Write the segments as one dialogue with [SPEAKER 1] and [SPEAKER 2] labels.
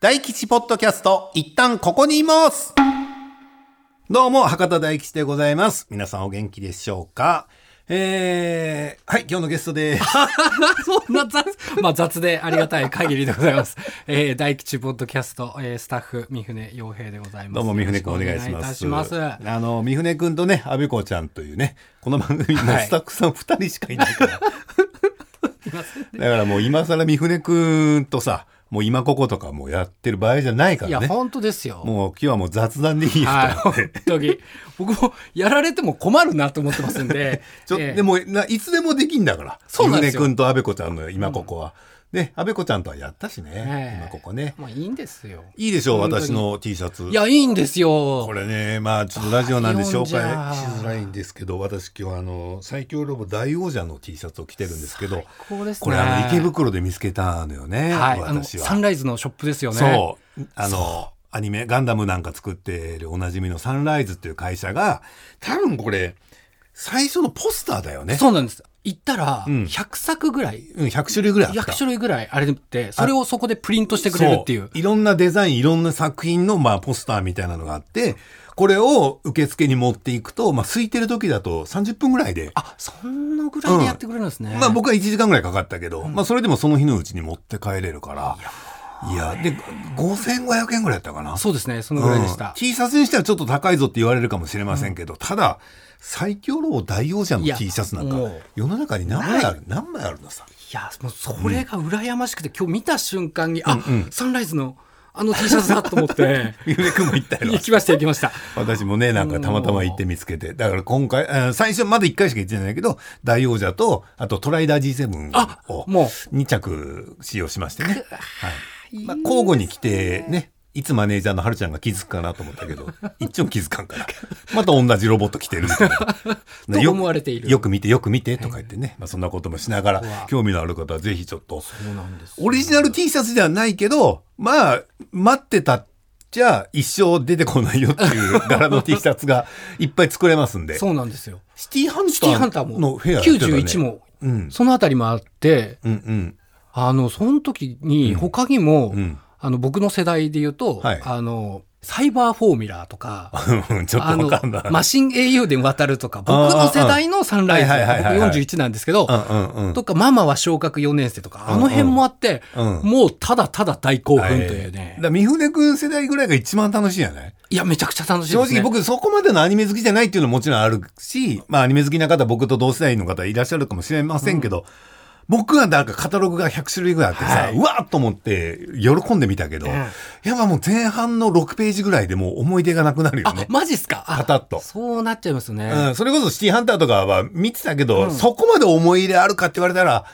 [SPEAKER 1] 大吉ポッドキャスト、一旦ここにいますどうも、博多大吉でございます。皆さんお元気でしょうかえー、はい、今日のゲストです。
[SPEAKER 2] そんな雑、まあ雑でありがたい限りでございます。えー、大吉ポッドキャスト、えー、スタッフ、三船洋平でございます。
[SPEAKER 1] どうも、三船くんお願いします。
[SPEAKER 2] よろしくお願いいたします。
[SPEAKER 1] あの、三船くんとね、阿部子ちゃんというね、この番組の
[SPEAKER 2] はい
[SPEAKER 1] スタッフさん二人しかいない から。だからもう今更三船くんとさ、もう今こことかもうやってる場合じゃないか
[SPEAKER 2] い
[SPEAKER 1] ら
[SPEAKER 2] や、
[SPEAKER 1] ね。
[SPEAKER 2] 本当ですよ。
[SPEAKER 1] もう今日はもう雑談でいいや
[SPEAKER 2] はい、
[SPEAKER 1] と思って
[SPEAKER 2] 本当に。僕も、やられても困るなと思ってますんで。
[SPEAKER 1] ちょ、
[SPEAKER 2] えー
[SPEAKER 1] でもないつでもできんだから。
[SPEAKER 2] そうなんですよ
[SPEAKER 1] ゆうねくんと安倍子ちゃんの今ここは。ね、安倍子ちゃんとはやったしね、
[SPEAKER 2] ええ
[SPEAKER 1] 今ここね。
[SPEAKER 2] まあいいんですよ。
[SPEAKER 1] いいでしょう、
[SPEAKER 2] 本当に
[SPEAKER 1] 私の T シャツ。
[SPEAKER 2] いや、いいんですよ。
[SPEAKER 1] これね、まあちょっとラジオなんで紹介し
[SPEAKER 2] あ気温
[SPEAKER 1] づ
[SPEAKER 2] じゃ
[SPEAKER 1] らいんですけど、私今日あの、最強ロボ大王者の T シャツを着てるんですけど、
[SPEAKER 2] こうですね。
[SPEAKER 1] これあの、池袋で見つけたのよね、
[SPEAKER 2] はい。あの、
[SPEAKER 1] 私は。
[SPEAKER 2] サンライズのショップですよね。
[SPEAKER 1] そう。あの、アニメ、ガンダムなんか作っているおなじみのサンライズっていう会社が、多分これ、最初のポスターだよね。
[SPEAKER 2] そうなんです。行ったら、
[SPEAKER 1] うん
[SPEAKER 2] 100作ぐらい、
[SPEAKER 1] うん、100種類ぐらいあった。
[SPEAKER 2] 100種類ぐらいあれでって、それをそこでプリントしてくれるっていう
[SPEAKER 1] そ。いろんなデザイン、いろんな作品の、まあ、ポスターみたいなのがあって、これを受付に持っていくと、まあ、空いてる時だと30分ぐらいで、
[SPEAKER 2] あ、そんなぐらいでやってくれるんですね。
[SPEAKER 1] まあ、僕は1時間ぐらいかかったけど、まあ、それでもその日のうちに持って帰れるから、いや、で、5500円ぐらいやったかな。
[SPEAKER 2] そうですね、そのぐらいでし
[SPEAKER 1] うん
[SPEAKER 2] た。
[SPEAKER 1] T シャツにしてはちょっと高いぞって言われるかもしれませんけど、ただ、最強ロボ大王者の
[SPEAKER 2] いや
[SPEAKER 1] T シャツなんか
[SPEAKER 2] もう、
[SPEAKER 1] 世の中に何枚ある何枚あるのさ。
[SPEAKER 2] いや、もうそれが羨ましくて、今日見た瞬間に、あ、
[SPEAKER 1] うんうん
[SPEAKER 2] サンライズのあの T シャツだと思 って、
[SPEAKER 1] ゆうねくんも言ったやろ
[SPEAKER 2] 行きました、行きました。
[SPEAKER 1] 私もね、なんかたまたま行って見つけて。だから今回、えー最初まだ1回しか行ってないけど、大王者と、あとトライダー G7 を
[SPEAKER 2] もう
[SPEAKER 1] 2着使用しましてね。はい。まあ、交互に来てね、いつマネージャーのはるちゃんが気づくかなと思ったけど、 一応気づかんから。また同じロボット着てるみたいな。
[SPEAKER 2] と思われている
[SPEAKER 1] よく見て、よく見てとか言ってね。まあそんなこともしながら、興味のある方はぜひちょっと、
[SPEAKER 2] そうなんです。
[SPEAKER 1] オリジナル T シャツではないけど、まあ、待ってたじゃあ一生出てこないよっていう柄の T シャツがいっぱい作れますんで。
[SPEAKER 2] そうなんですよ。
[SPEAKER 1] シティハン
[SPEAKER 2] シティハンタ
[SPEAKER 1] タ
[SPEAKER 2] ー
[SPEAKER 1] ーの
[SPEAKER 2] も、
[SPEAKER 1] フェアやってたね
[SPEAKER 2] 91。も、
[SPEAKER 1] うん。
[SPEAKER 2] そのあたりもあって、
[SPEAKER 1] うんうん。
[SPEAKER 2] あの、その時に、他にも、
[SPEAKER 1] うん
[SPEAKER 2] あの、僕の世代で言うと、
[SPEAKER 1] はい
[SPEAKER 2] あの、サイバーフォーミュラーとか、
[SPEAKER 1] ちょっ
[SPEAKER 2] あ
[SPEAKER 1] と
[SPEAKER 2] の
[SPEAKER 1] わかんない。
[SPEAKER 2] マシン au で渡るとか、僕の世代のサンライズ、
[SPEAKER 1] あああはいはいはいはいはい
[SPEAKER 2] 僕41なんですけど、
[SPEAKER 1] うんうんうん。
[SPEAKER 2] とか、ママは小学4年生とか、あの辺もあって、
[SPEAKER 1] うん
[SPEAKER 2] もうただただ大興奮というね
[SPEAKER 1] だか。ら三船くん世代ぐらいが一番楽しいやない
[SPEAKER 2] いや、めちゃくちゃ楽しい
[SPEAKER 1] 正
[SPEAKER 2] です、ね。
[SPEAKER 1] 直僕そこまでのアニメ好きじゃないっていうのももちろんあるし、まあアニメ好きな方僕と同世代の方いらっしゃるかもしれませんけど、僕はなんかカタログが100種類ぐらいあってさ、
[SPEAKER 2] はいう
[SPEAKER 1] わっと思って喜んでみたけど、
[SPEAKER 2] うん
[SPEAKER 1] やっぱもう前半の6ページぐらいでもう思い出がなくなるよ
[SPEAKER 2] あ
[SPEAKER 1] ね、。
[SPEAKER 2] マジっすかあ
[SPEAKER 1] パタッと
[SPEAKER 2] そうなっちゃいますね。
[SPEAKER 1] うん、それこそシティハンターとかは見てたけど、そこまで思い入れあるかって言われたら、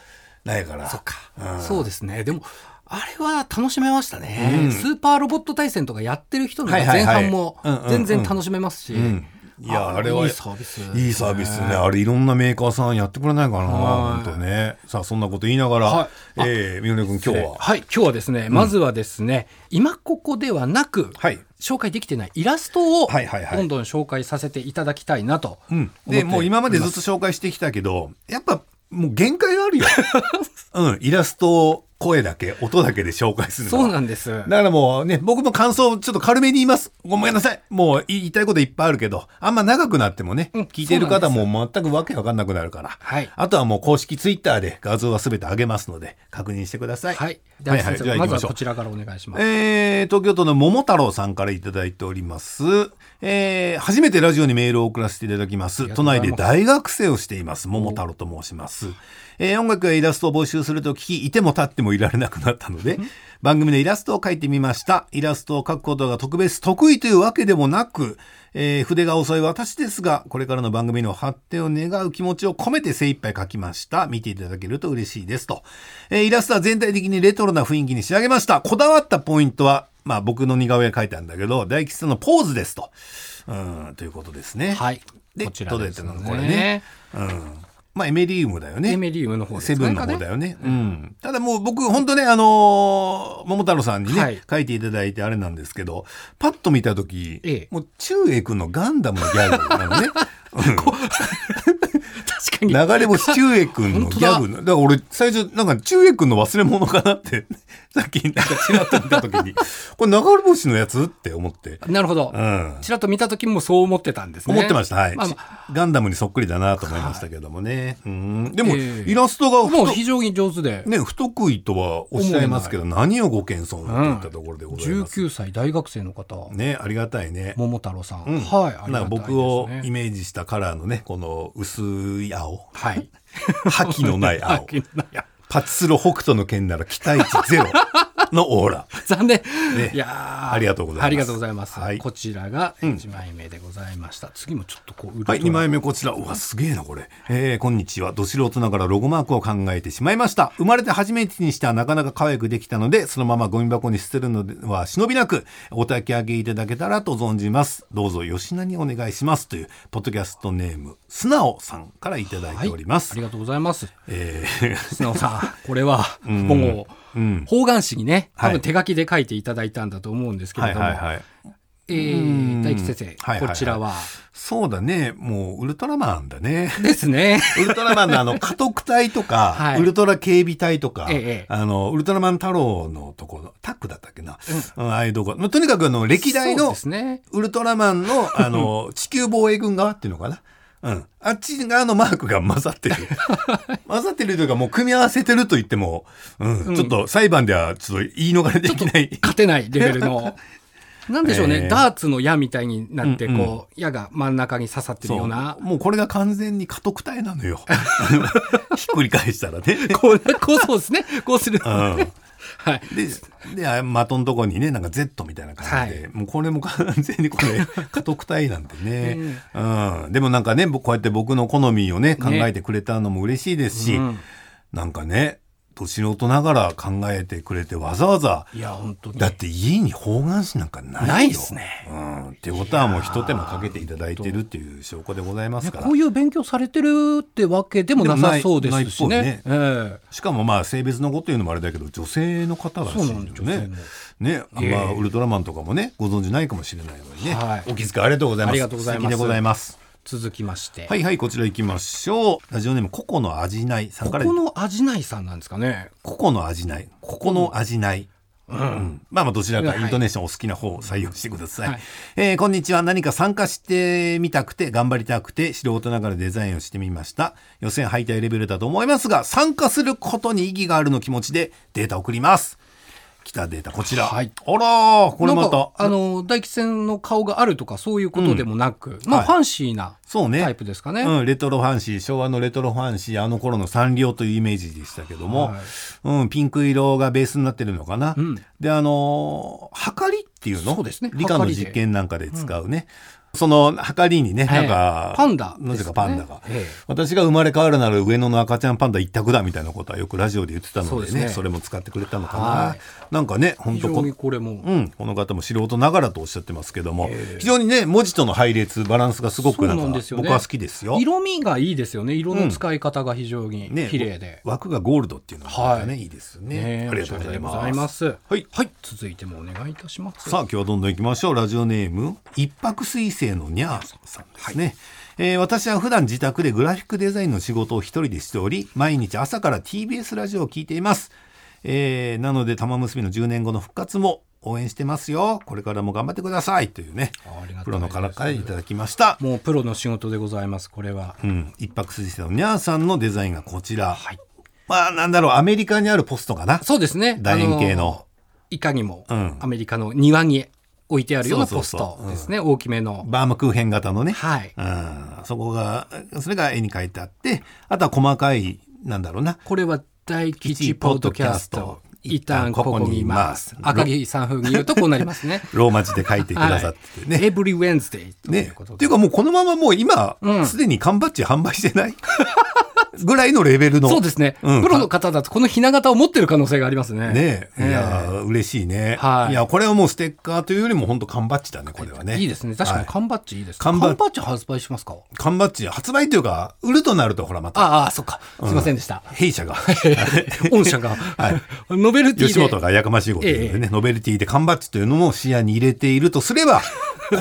[SPEAKER 1] ないから。
[SPEAKER 2] そっか、そうですね。でも、あれは楽しめましたね、スーパーロボット対戦とかやってる人の
[SPEAKER 1] はいはい
[SPEAKER 2] 前
[SPEAKER 1] はい
[SPEAKER 2] 半も
[SPEAKER 1] うんうんうん
[SPEAKER 2] 全然楽しめますし。
[SPEAKER 1] うんいや、あれはいい
[SPEAKER 2] いサービス、
[SPEAKER 1] いいサービスね。あれいろんなメーカーさんやってくれないかな。
[SPEAKER 2] は
[SPEAKER 1] 本
[SPEAKER 2] い
[SPEAKER 1] 当ね。さあ、そんなこと言いながら、
[SPEAKER 2] はいあ
[SPEAKER 1] えー、みのりくん今日は。
[SPEAKER 2] はい、今日はですね、まずはですね、今ここではなく、
[SPEAKER 1] はい
[SPEAKER 2] 紹介できてないイラストを、
[SPEAKER 1] はいはいはい
[SPEAKER 2] どんどん紹介させていただきたいなと
[SPEAKER 1] う
[SPEAKER 2] 思っ
[SPEAKER 1] ん
[SPEAKER 2] て、。
[SPEAKER 1] で、もう今までずっと紹介してきたけど、やっぱもう限界がある よ。うん、イラストを声だけ、音だけで紹介するのは
[SPEAKER 2] そうなんです。
[SPEAKER 1] だからもうね、僕も感想をちょっと軽めに言います。ごめんなさい。もう言いたいこといっぱいあるけど、あんま長くなってもね、
[SPEAKER 2] うん
[SPEAKER 1] 聞いてる方も全くわけわかんなくなるから。
[SPEAKER 2] はい
[SPEAKER 1] あとはもう公式ツイッターで画像はすべて上げますので、確認してください。
[SPEAKER 2] はい。で
[SPEAKER 1] はい
[SPEAKER 2] は
[SPEAKER 1] はい。
[SPEAKER 2] 先
[SPEAKER 1] じゃあ
[SPEAKER 2] 生
[SPEAKER 1] 行き
[SPEAKER 2] まず
[SPEAKER 1] ま
[SPEAKER 2] は
[SPEAKER 1] しょう
[SPEAKER 2] こ。ちらからお願いします。
[SPEAKER 1] えー、東京都の桃太郎さんからいただいております。えー、初めてラジオにメールを送らせていただきます。
[SPEAKER 2] がと
[SPEAKER 1] 都
[SPEAKER 2] うござ
[SPEAKER 1] 内
[SPEAKER 2] います
[SPEAKER 1] で大学生をしています。桃太郎と申します。えー、音楽やイラストを募集すると聞き、いても立ってもいられなくなったので、番組でイラストを描いてみました。イラストを描くことが特別得意というわけでもなく、えー筆が遅い私ですが、これからの番組の発展を願う気持ちを込めて精一杯描きました。見ていただけると嬉しいですと。えーイラストは全体的にレトロな雰囲気に仕上げました。こだわったポイントは、まあ僕の似顔絵描いたんだけど、大吉さんのポーズですと。うん、ということですね。
[SPEAKER 2] はい。
[SPEAKER 1] で、
[SPEAKER 2] こちらです
[SPEAKER 1] 届いた
[SPEAKER 2] ね。
[SPEAKER 1] のこれね。まあエメリウムだよね。
[SPEAKER 2] エメリウムの方です
[SPEAKER 1] セ
[SPEAKER 2] ね。
[SPEAKER 1] ブンの方だよね。うん。ただもう僕、本当ね、あのー桃太郎さんにね、
[SPEAKER 2] はい
[SPEAKER 1] 書いていただいてあれなんですけど、パッと見たとき、
[SPEAKER 2] ええ
[SPEAKER 1] もう中英君のガンダムのギャグな のね。
[SPEAKER 2] 確かに。
[SPEAKER 1] 流れ星中英君のギャグ。だから俺、最初、なんか中英君の忘れ物かなって、 さっきなんかちらっと見た時に、これ流れ星のやつって思って。
[SPEAKER 2] なるほど
[SPEAKER 1] う。ん。
[SPEAKER 2] ちらっと見た時もそう思ってたんですね。
[SPEAKER 1] 思ってました。はい、
[SPEAKER 2] まあま
[SPEAKER 1] ガンダムにそっくりだなと思いましたけどもね。うん。でも、
[SPEAKER 2] ええ
[SPEAKER 1] イラストが
[SPEAKER 2] あ
[SPEAKER 1] ふと
[SPEAKER 2] もう非常に上手で。
[SPEAKER 1] ね、不得意とはおっしゃいますけど、何をご謙遜って言ったところでございます。
[SPEAKER 2] 19歳大学生の方、
[SPEAKER 1] ね、ありがたいね。
[SPEAKER 2] 桃太郎さん。
[SPEAKER 1] うん
[SPEAKER 2] はい、あり
[SPEAKER 1] な
[SPEAKER 2] がた
[SPEAKER 1] んか
[SPEAKER 2] いです、ね。
[SPEAKER 1] 僕をイメージしたカラーのね、この薄い 青。
[SPEAKER 2] はい。
[SPEAKER 1] 覇気のない青。
[SPEAKER 2] 秋のいや
[SPEAKER 1] パチスロ北斗の剣なら期待値ゼロのオーラ。
[SPEAKER 2] 残念。
[SPEAKER 1] ね
[SPEAKER 2] いやー
[SPEAKER 1] ありがとうございます
[SPEAKER 2] ありがとうございます。
[SPEAKER 1] はい
[SPEAKER 2] こちらが1枚目でございました。次もちょっとこう、
[SPEAKER 1] はい、2枚目こちら。うわ、すげえな、これ。えー、こんにちは。ど素人ながらロゴマークを考えてしまいました。生まれて初めてにしてはなかなか可愛くできたので、そのままゴミ箱に捨てるのでは忍びなく、お焚き上げいただけたらと存じます。どうぞ、吉菜にお願いします。という、ポッドキャストネーム、素直さんからいただい
[SPEAKER 2] は
[SPEAKER 1] て
[SPEAKER 2] い、
[SPEAKER 1] おります。
[SPEAKER 2] ありがとうございます。
[SPEAKER 1] えー、
[SPEAKER 2] 素 直さん、これは、もう、方眼紙にね、多
[SPEAKER 1] は
[SPEAKER 2] 分
[SPEAKER 1] い
[SPEAKER 2] 手書きで書いていただいたんだと思うんですけ
[SPEAKER 1] は
[SPEAKER 2] れ
[SPEAKER 1] い
[SPEAKER 2] ども、
[SPEAKER 1] はいはい。
[SPEAKER 2] え
[SPEAKER 1] う
[SPEAKER 2] ー、
[SPEAKER 1] ん
[SPEAKER 2] 大吉先
[SPEAKER 1] はいはい
[SPEAKER 2] 生、
[SPEAKER 1] はい
[SPEAKER 2] こちらは、
[SPEAKER 1] そうだね。もう、ウルトラマンだね。
[SPEAKER 2] ですね。
[SPEAKER 1] ウルトラマンのあの、家督隊とか、
[SPEAKER 2] はい
[SPEAKER 1] ウルトラ警備隊とか、
[SPEAKER 2] ええ
[SPEAKER 1] あの、ウルトラマン太郎のところ、タックだったっけな、うんああいうとこ、まあとにかくあの、歴代
[SPEAKER 2] そう
[SPEAKER 1] の
[SPEAKER 2] ですね。
[SPEAKER 1] ウルトラマンの、 あの、地球防衛軍側っていうのかな。うん。あっち側のマークが混ざって る。混ざってるというか、もう組み合わせてると言っても、うん、ちょっと裁判ではちょっと言い逃れできない。
[SPEAKER 2] 勝てないレベ ルの。なんでしょうね、
[SPEAKER 1] えー
[SPEAKER 2] ダーツの矢みたいになって、こう、
[SPEAKER 1] うんう
[SPEAKER 2] 矢が真ん中に刺さってるような。
[SPEAKER 1] もうこれが完全に家督隊な のよ。ひっくり返したらね。
[SPEAKER 2] こう、こうそうですね。こうする。
[SPEAKER 1] うん。
[SPEAKER 2] はい。
[SPEAKER 1] で、で、あ的のとこにね、なんか Z みたいな感じで、
[SPEAKER 2] は
[SPEAKER 1] もうこれも 完全にこれ、家督隊なんでね。うん。でもなんかね、僕こうやって僕の好みをね、考えてくれたのも嬉しいですし、
[SPEAKER 2] うん
[SPEAKER 1] なんかね、ど素人ながら考えてくれてわざわざ、
[SPEAKER 2] いや、本当に。
[SPEAKER 1] だって家に方眼紙なんかないよ。
[SPEAKER 2] ないですね。
[SPEAKER 1] うん。ってことはもう一手間かけていただいてるっていう証拠でございますから
[SPEAKER 2] こ。ういう勉強されてるってわけでもなさそうですしね。
[SPEAKER 1] でもないないっ
[SPEAKER 2] ええ
[SPEAKER 1] しかもまあ性別のこというのもあれだけど女性の方らしい
[SPEAKER 2] そ
[SPEAKER 1] ん
[SPEAKER 2] う
[SPEAKER 1] だ
[SPEAKER 2] なん
[SPEAKER 1] よ
[SPEAKER 2] です
[SPEAKER 1] ね。ね、あん
[SPEAKER 2] え
[SPEAKER 1] ま
[SPEAKER 2] え
[SPEAKER 1] ウルトラマンとかもねご存知ないかもしれないのにね、
[SPEAKER 2] はい
[SPEAKER 1] お気遣いありがとうございます。
[SPEAKER 2] ありがとうございます
[SPEAKER 1] 素敵でございます。
[SPEAKER 2] 続きまして、
[SPEAKER 1] はいはいこちら行きましょう。ラジオネームココの味ないさん
[SPEAKER 2] こ
[SPEAKER 1] から
[SPEAKER 2] この味ないさんなんですかね。
[SPEAKER 1] ココの味ないここの味ない。うんまあまあどちらか
[SPEAKER 2] はい
[SPEAKER 1] イントネーションお好きな方を採用してください、
[SPEAKER 2] はい
[SPEAKER 1] えーこんにちは何か参加してみたくて頑張りたくて素人ながらデザインをしてみました予選敗退レベルだと思いますが参加することに意義があるの気持ちでデータを送ります来たデータこちら、
[SPEAKER 2] はい
[SPEAKER 1] あらーこれま
[SPEAKER 2] なんか
[SPEAKER 1] た
[SPEAKER 2] あの大吉線の顔があるとかそういうことでもなく、まあ、
[SPEAKER 1] はい
[SPEAKER 2] ファンシーな
[SPEAKER 1] そうね
[SPEAKER 2] タイプですかね。
[SPEAKER 1] うん、レトロファンシー昭和のレトロファンシーあの頃のサンリオというイメージでしたけども、
[SPEAKER 2] はい
[SPEAKER 1] うん、ピンク色がベースになってるのかな、
[SPEAKER 2] ん
[SPEAKER 1] であのーはかりっていうの
[SPEAKER 2] そうですね
[SPEAKER 1] 理科の実験なんかで使うね、そのはかりにねなんか、
[SPEAKER 2] ええパンダですね
[SPEAKER 1] なぜかパンダが、
[SPEAKER 2] ええ
[SPEAKER 1] 私が生まれ変わるなら上野の赤ちゃんパンダ一択だみたいなことはよくラジオで言ってたので
[SPEAKER 2] そう
[SPEAKER 1] ね
[SPEAKER 2] で
[SPEAKER 1] そ
[SPEAKER 2] すね
[SPEAKER 1] れも使ってくれたのかな、
[SPEAKER 2] はい
[SPEAKER 1] なんかね本
[SPEAKER 2] 非
[SPEAKER 1] 当
[SPEAKER 2] 常にこれも、
[SPEAKER 1] うん、この方も素人ながらとおっしゃってますけども、非常にね文字との配列バランスがすごくなん
[SPEAKER 2] そう
[SPEAKER 1] か
[SPEAKER 2] なんですよね
[SPEAKER 1] 僕は好きですよ。
[SPEAKER 2] 色味がいいですよね。色の使い方が非常に
[SPEAKER 1] ね
[SPEAKER 2] 綺麗で。
[SPEAKER 1] 枠がゴールドっていうのがまたね、
[SPEAKER 2] はい
[SPEAKER 1] い、いですよねありがとうございます
[SPEAKER 2] おしゃれでます
[SPEAKER 1] はい
[SPEAKER 2] はい、続いてもお願いいたします。
[SPEAKER 1] さあ今日はどんどん行きましょうラジオネーム一泊水星のにゃーさんですね、えー私は普段自宅でグラフィックデザインの仕事を一人でしており毎日朝から TBS ラジオを聞いています、えーなので玉結びの10年後の復活も応援してますよこれからも頑張ってくださいというね
[SPEAKER 2] ありがたいです
[SPEAKER 1] プロのからからいただきました
[SPEAKER 2] もうプロの仕事でございます。これは。
[SPEAKER 1] うん、一泊水星のニャーさんのデザインがこちら。まあ、なんだろう、アメリカにあるポストかな。
[SPEAKER 2] そうですね。
[SPEAKER 1] 楕円形の
[SPEAKER 2] あいかにも、
[SPEAKER 1] うん
[SPEAKER 2] アメリカの庭に置いてあるような
[SPEAKER 1] そう
[SPEAKER 2] ポ
[SPEAKER 1] そ
[SPEAKER 2] ス
[SPEAKER 1] うそう
[SPEAKER 2] トですね。大きめの。
[SPEAKER 1] バームクーヘン型のね。
[SPEAKER 2] はい。
[SPEAKER 1] うん、そこが、それが絵に描いてあって、あとは細かい、なんだろうな。
[SPEAKER 2] これは大吉ポッドキャスト。一旦ここにいます。赤木さん風に言うとこうなりますね。
[SPEAKER 1] ローマ字で描いてくださって てね。
[SPEAKER 2] エブリウェンズデイとい
[SPEAKER 1] ね
[SPEAKER 2] うこ。
[SPEAKER 1] っ
[SPEAKER 2] と
[SPEAKER 1] てい
[SPEAKER 2] で。
[SPEAKER 1] うかもうこのままもう今
[SPEAKER 2] う、ん
[SPEAKER 1] すでに缶バッジ販売してない ぐらいのレベルの。
[SPEAKER 2] そうですね。
[SPEAKER 1] うん
[SPEAKER 2] プロの方だとこのひな形を持ってる可能性がありますね。
[SPEAKER 1] ねい
[SPEAKER 2] ええ
[SPEAKER 1] やー、嬉しいね。
[SPEAKER 2] はい
[SPEAKER 1] や、これはもうステッカーというよりも本当缶バッジだね、これはね。
[SPEAKER 2] いいですね。確かに缶バッジいいですね。
[SPEAKER 1] 缶
[SPEAKER 2] 缶
[SPEAKER 1] バッ
[SPEAKER 2] バ
[SPEAKER 1] ジ
[SPEAKER 2] ッジ発売しますか
[SPEAKER 1] 缶バッジ発売というか売るとなるとほらまた
[SPEAKER 2] ああ、そっか。すいません でした。
[SPEAKER 1] 弊社が
[SPEAKER 2] 御社が
[SPEAKER 1] い、
[SPEAKER 2] ノベルティで。
[SPEAKER 1] 吉本がやかましいこと言うんでね、ノベルティで缶バッジというのも視野に入れているとすれば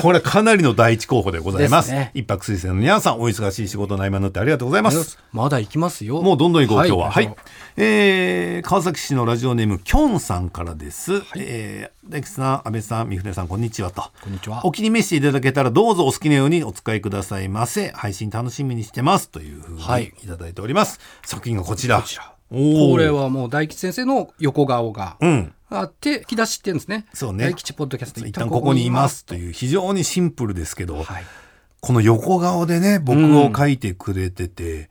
[SPEAKER 1] これかなりの第一候補でございます。
[SPEAKER 2] ですね
[SPEAKER 1] 一泊推薦の皆さん、お忙しい仕事の合間になってありがとうございます。
[SPEAKER 2] まだ行きますよ。
[SPEAKER 1] もうどんどん行こう、今日は。は
[SPEAKER 2] はい
[SPEAKER 1] い。えー川崎市のラジオネーム、きょんさんからです。えー大吉さん、安倍さん、三船さん、こんにちはと。
[SPEAKER 2] こんにちは
[SPEAKER 1] お気に召していただけたら、どうぞお好きなようにお使いくださいませ。配信楽しみにしてます。というふうに
[SPEAKER 2] はい
[SPEAKER 1] いただいております。作品がこちら。こ
[SPEAKER 2] ちら
[SPEAKER 1] こ
[SPEAKER 2] これ。はもう大吉先生の横顔が
[SPEAKER 1] うん。
[SPEAKER 2] あって、引き出しって言うんですね。
[SPEAKER 1] そうね
[SPEAKER 2] 大吉ポッドキャスト
[SPEAKER 1] 一旦ここにいます。という、非常にシンプルですけど、
[SPEAKER 2] はい。
[SPEAKER 1] この横顔でね、僕を描いてくれてて、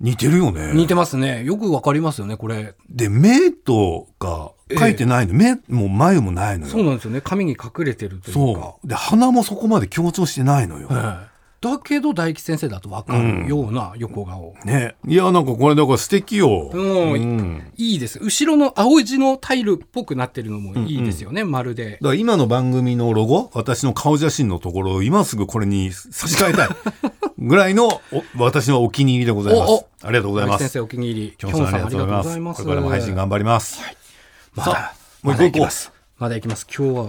[SPEAKER 1] 似てるよね。
[SPEAKER 2] 似てますね。よくわかりますよね、これ。
[SPEAKER 1] で、目とか描いてないの。目も眉もないのよ。
[SPEAKER 2] そうなんですよね。紙に隠れてるというか。
[SPEAKER 1] そう。で、鼻もそこまで強調してないのよ。
[SPEAKER 2] ええだけど大吉先生だとわかるような横顔。
[SPEAKER 1] ね。いや、なんかこれだから素敵よ。
[SPEAKER 2] うん
[SPEAKER 1] ん
[SPEAKER 2] いいです。後ろの青字のタイルっぽくなってるのもいいですよね、まるで。
[SPEAKER 1] だから今の番組のロゴ、私の顔写真のところを今すぐこれに差し替え たいぐらいのお私のお気に入りでございます。
[SPEAKER 2] おお
[SPEAKER 1] ありがとうございま
[SPEAKER 2] 大吉先
[SPEAKER 1] す。
[SPEAKER 2] 生お気に入り。
[SPEAKER 1] きょんさんありがとうご
[SPEAKER 2] きょん
[SPEAKER 1] ざ
[SPEAKER 2] さ
[SPEAKER 1] い
[SPEAKER 2] ん
[SPEAKER 1] ます。これからも配信頑張ります。
[SPEAKER 2] ま
[SPEAKER 1] さ
[SPEAKER 2] だ
[SPEAKER 1] あ、もう一個
[SPEAKER 2] まだ
[SPEAKER 1] 行
[SPEAKER 2] 行き
[SPEAKER 1] こう
[SPEAKER 2] ま。す。まだ行きます。今日は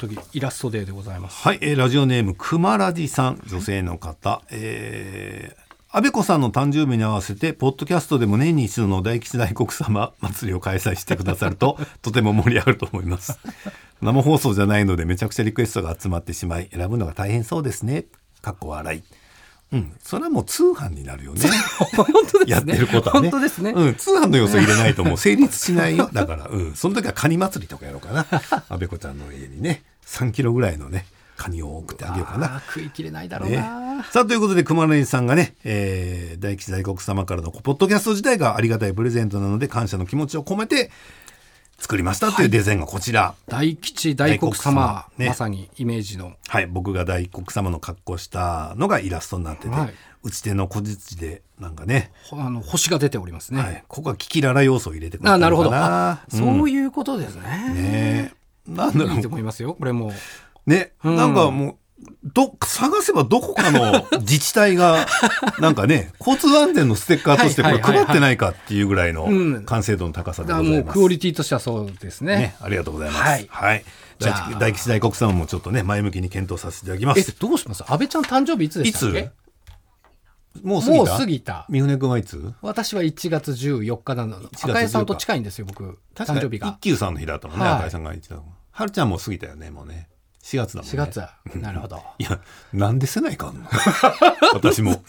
[SPEAKER 2] 時イラストデーでござ います。
[SPEAKER 1] はい、えーラジオネームくまらじさん女性の方えー安倍子さんの誕生日に合わせて、ポッドキャストでも年に一度の大吉大黒様祭りを開催してくださる と、とても盛り上がると思います。生放送じゃないので、めちゃくちゃリクエストが集まってしまい、選ぶのが大変そうですね。かっこ笑い。うん、それはもう通販になるよね。
[SPEAKER 2] 本当ですね。
[SPEAKER 1] やってることはね。
[SPEAKER 2] 本当ですね。
[SPEAKER 1] うん、通販の要素入れないと もう成立しないよ。だから、うん、その時はカニ祭りとかやろうかな。安倍子ちゃんの家にね、3キロぐらいのね、カニを送ってあげようかな。
[SPEAKER 2] あー食い切れないだろう
[SPEAKER 1] ね
[SPEAKER 2] な。、
[SPEAKER 1] さあということで熊野さんがね、えー大吉大黒様からのポッドキャスト自体がありがたいプレゼントなので感謝の気持ちを込めて作りましたというデザインがこちら。はい
[SPEAKER 2] 大吉大黒
[SPEAKER 1] 大黒
[SPEAKER 2] 様
[SPEAKER 1] 様ね
[SPEAKER 2] まさにイメージの。
[SPEAKER 1] 僕が大黒様の格好したのがイラストになってて、
[SPEAKER 2] はい
[SPEAKER 1] 打ち手の小槌でなんかね、
[SPEAKER 2] ほあの星が出ておりますね。
[SPEAKER 1] はい、ここはキキララ要素を入れてくれ
[SPEAKER 2] あ
[SPEAKER 1] たのかな
[SPEAKER 2] なるほど、あ
[SPEAKER 1] うん
[SPEAKER 2] そういうことですね。
[SPEAKER 1] ねえなんだろ
[SPEAKER 2] いいと
[SPEAKER 1] う
[SPEAKER 2] 思いますよ。こ れもう
[SPEAKER 1] ね、
[SPEAKER 2] うん
[SPEAKER 1] なんかもうど探せばどこか の自治体がなんかね交通安全のステッカーとしてこ
[SPEAKER 2] はい
[SPEAKER 1] れ
[SPEAKER 2] はいは
[SPEAKER 1] 配
[SPEAKER 2] いはい
[SPEAKER 1] ってないかっていうぐらいの
[SPEAKER 2] うん
[SPEAKER 1] 完成度の高さで
[SPEAKER 2] だ
[SPEAKER 1] ご
[SPEAKER 2] から
[SPEAKER 1] ざ
[SPEAKER 2] も
[SPEAKER 1] いうます。
[SPEAKER 2] クオリティとしてはそうですね。
[SPEAKER 1] ね、ありがとうございます。は
[SPEAKER 2] はいい。
[SPEAKER 1] じ
[SPEAKER 2] じ
[SPEAKER 1] ゃ
[SPEAKER 2] ゃ
[SPEAKER 1] あ
[SPEAKER 2] あ
[SPEAKER 1] 大吉大黒さんもちょっとね前向きに検討させていただきま
[SPEAKER 2] え
[SPEAKER 1] す。
[SPEAKER 2] どうします？安倍ちゃん誕生日いつで
[SPEAKER 1] い
[SPEAKER 2] したっ
[SPEAKER 1] つ
[SPEAKER 2] け？？
[SPEAKER 1] もう過ぎ
[SPEAKER 2] もう
[SPEAKER 1] た。
[SPEAKER 2] 過ぎた。
[SPEAKER 1] 三船君はいつ？
[SPEAKER 2] 私は1月14日なの。
[SPEAKER 1] 月14日
[SPEAKER 2] 赤江さんと近いんですよ僕誕生日
[SPEAKER 1] 一
[SPEAKER 2] が
[SPEAKER 1] 休さんの日だったもんね。
[SPEAKER 2] はい
[SPEAKER 1] 赤井さんが言ってたもん。はるちゃんも過ぎたよねもうね。4月だもんね。
[SPEAKER 2] 4月。なるほど。
[SPEAKER 1] いや、なんでせないかんの 私も。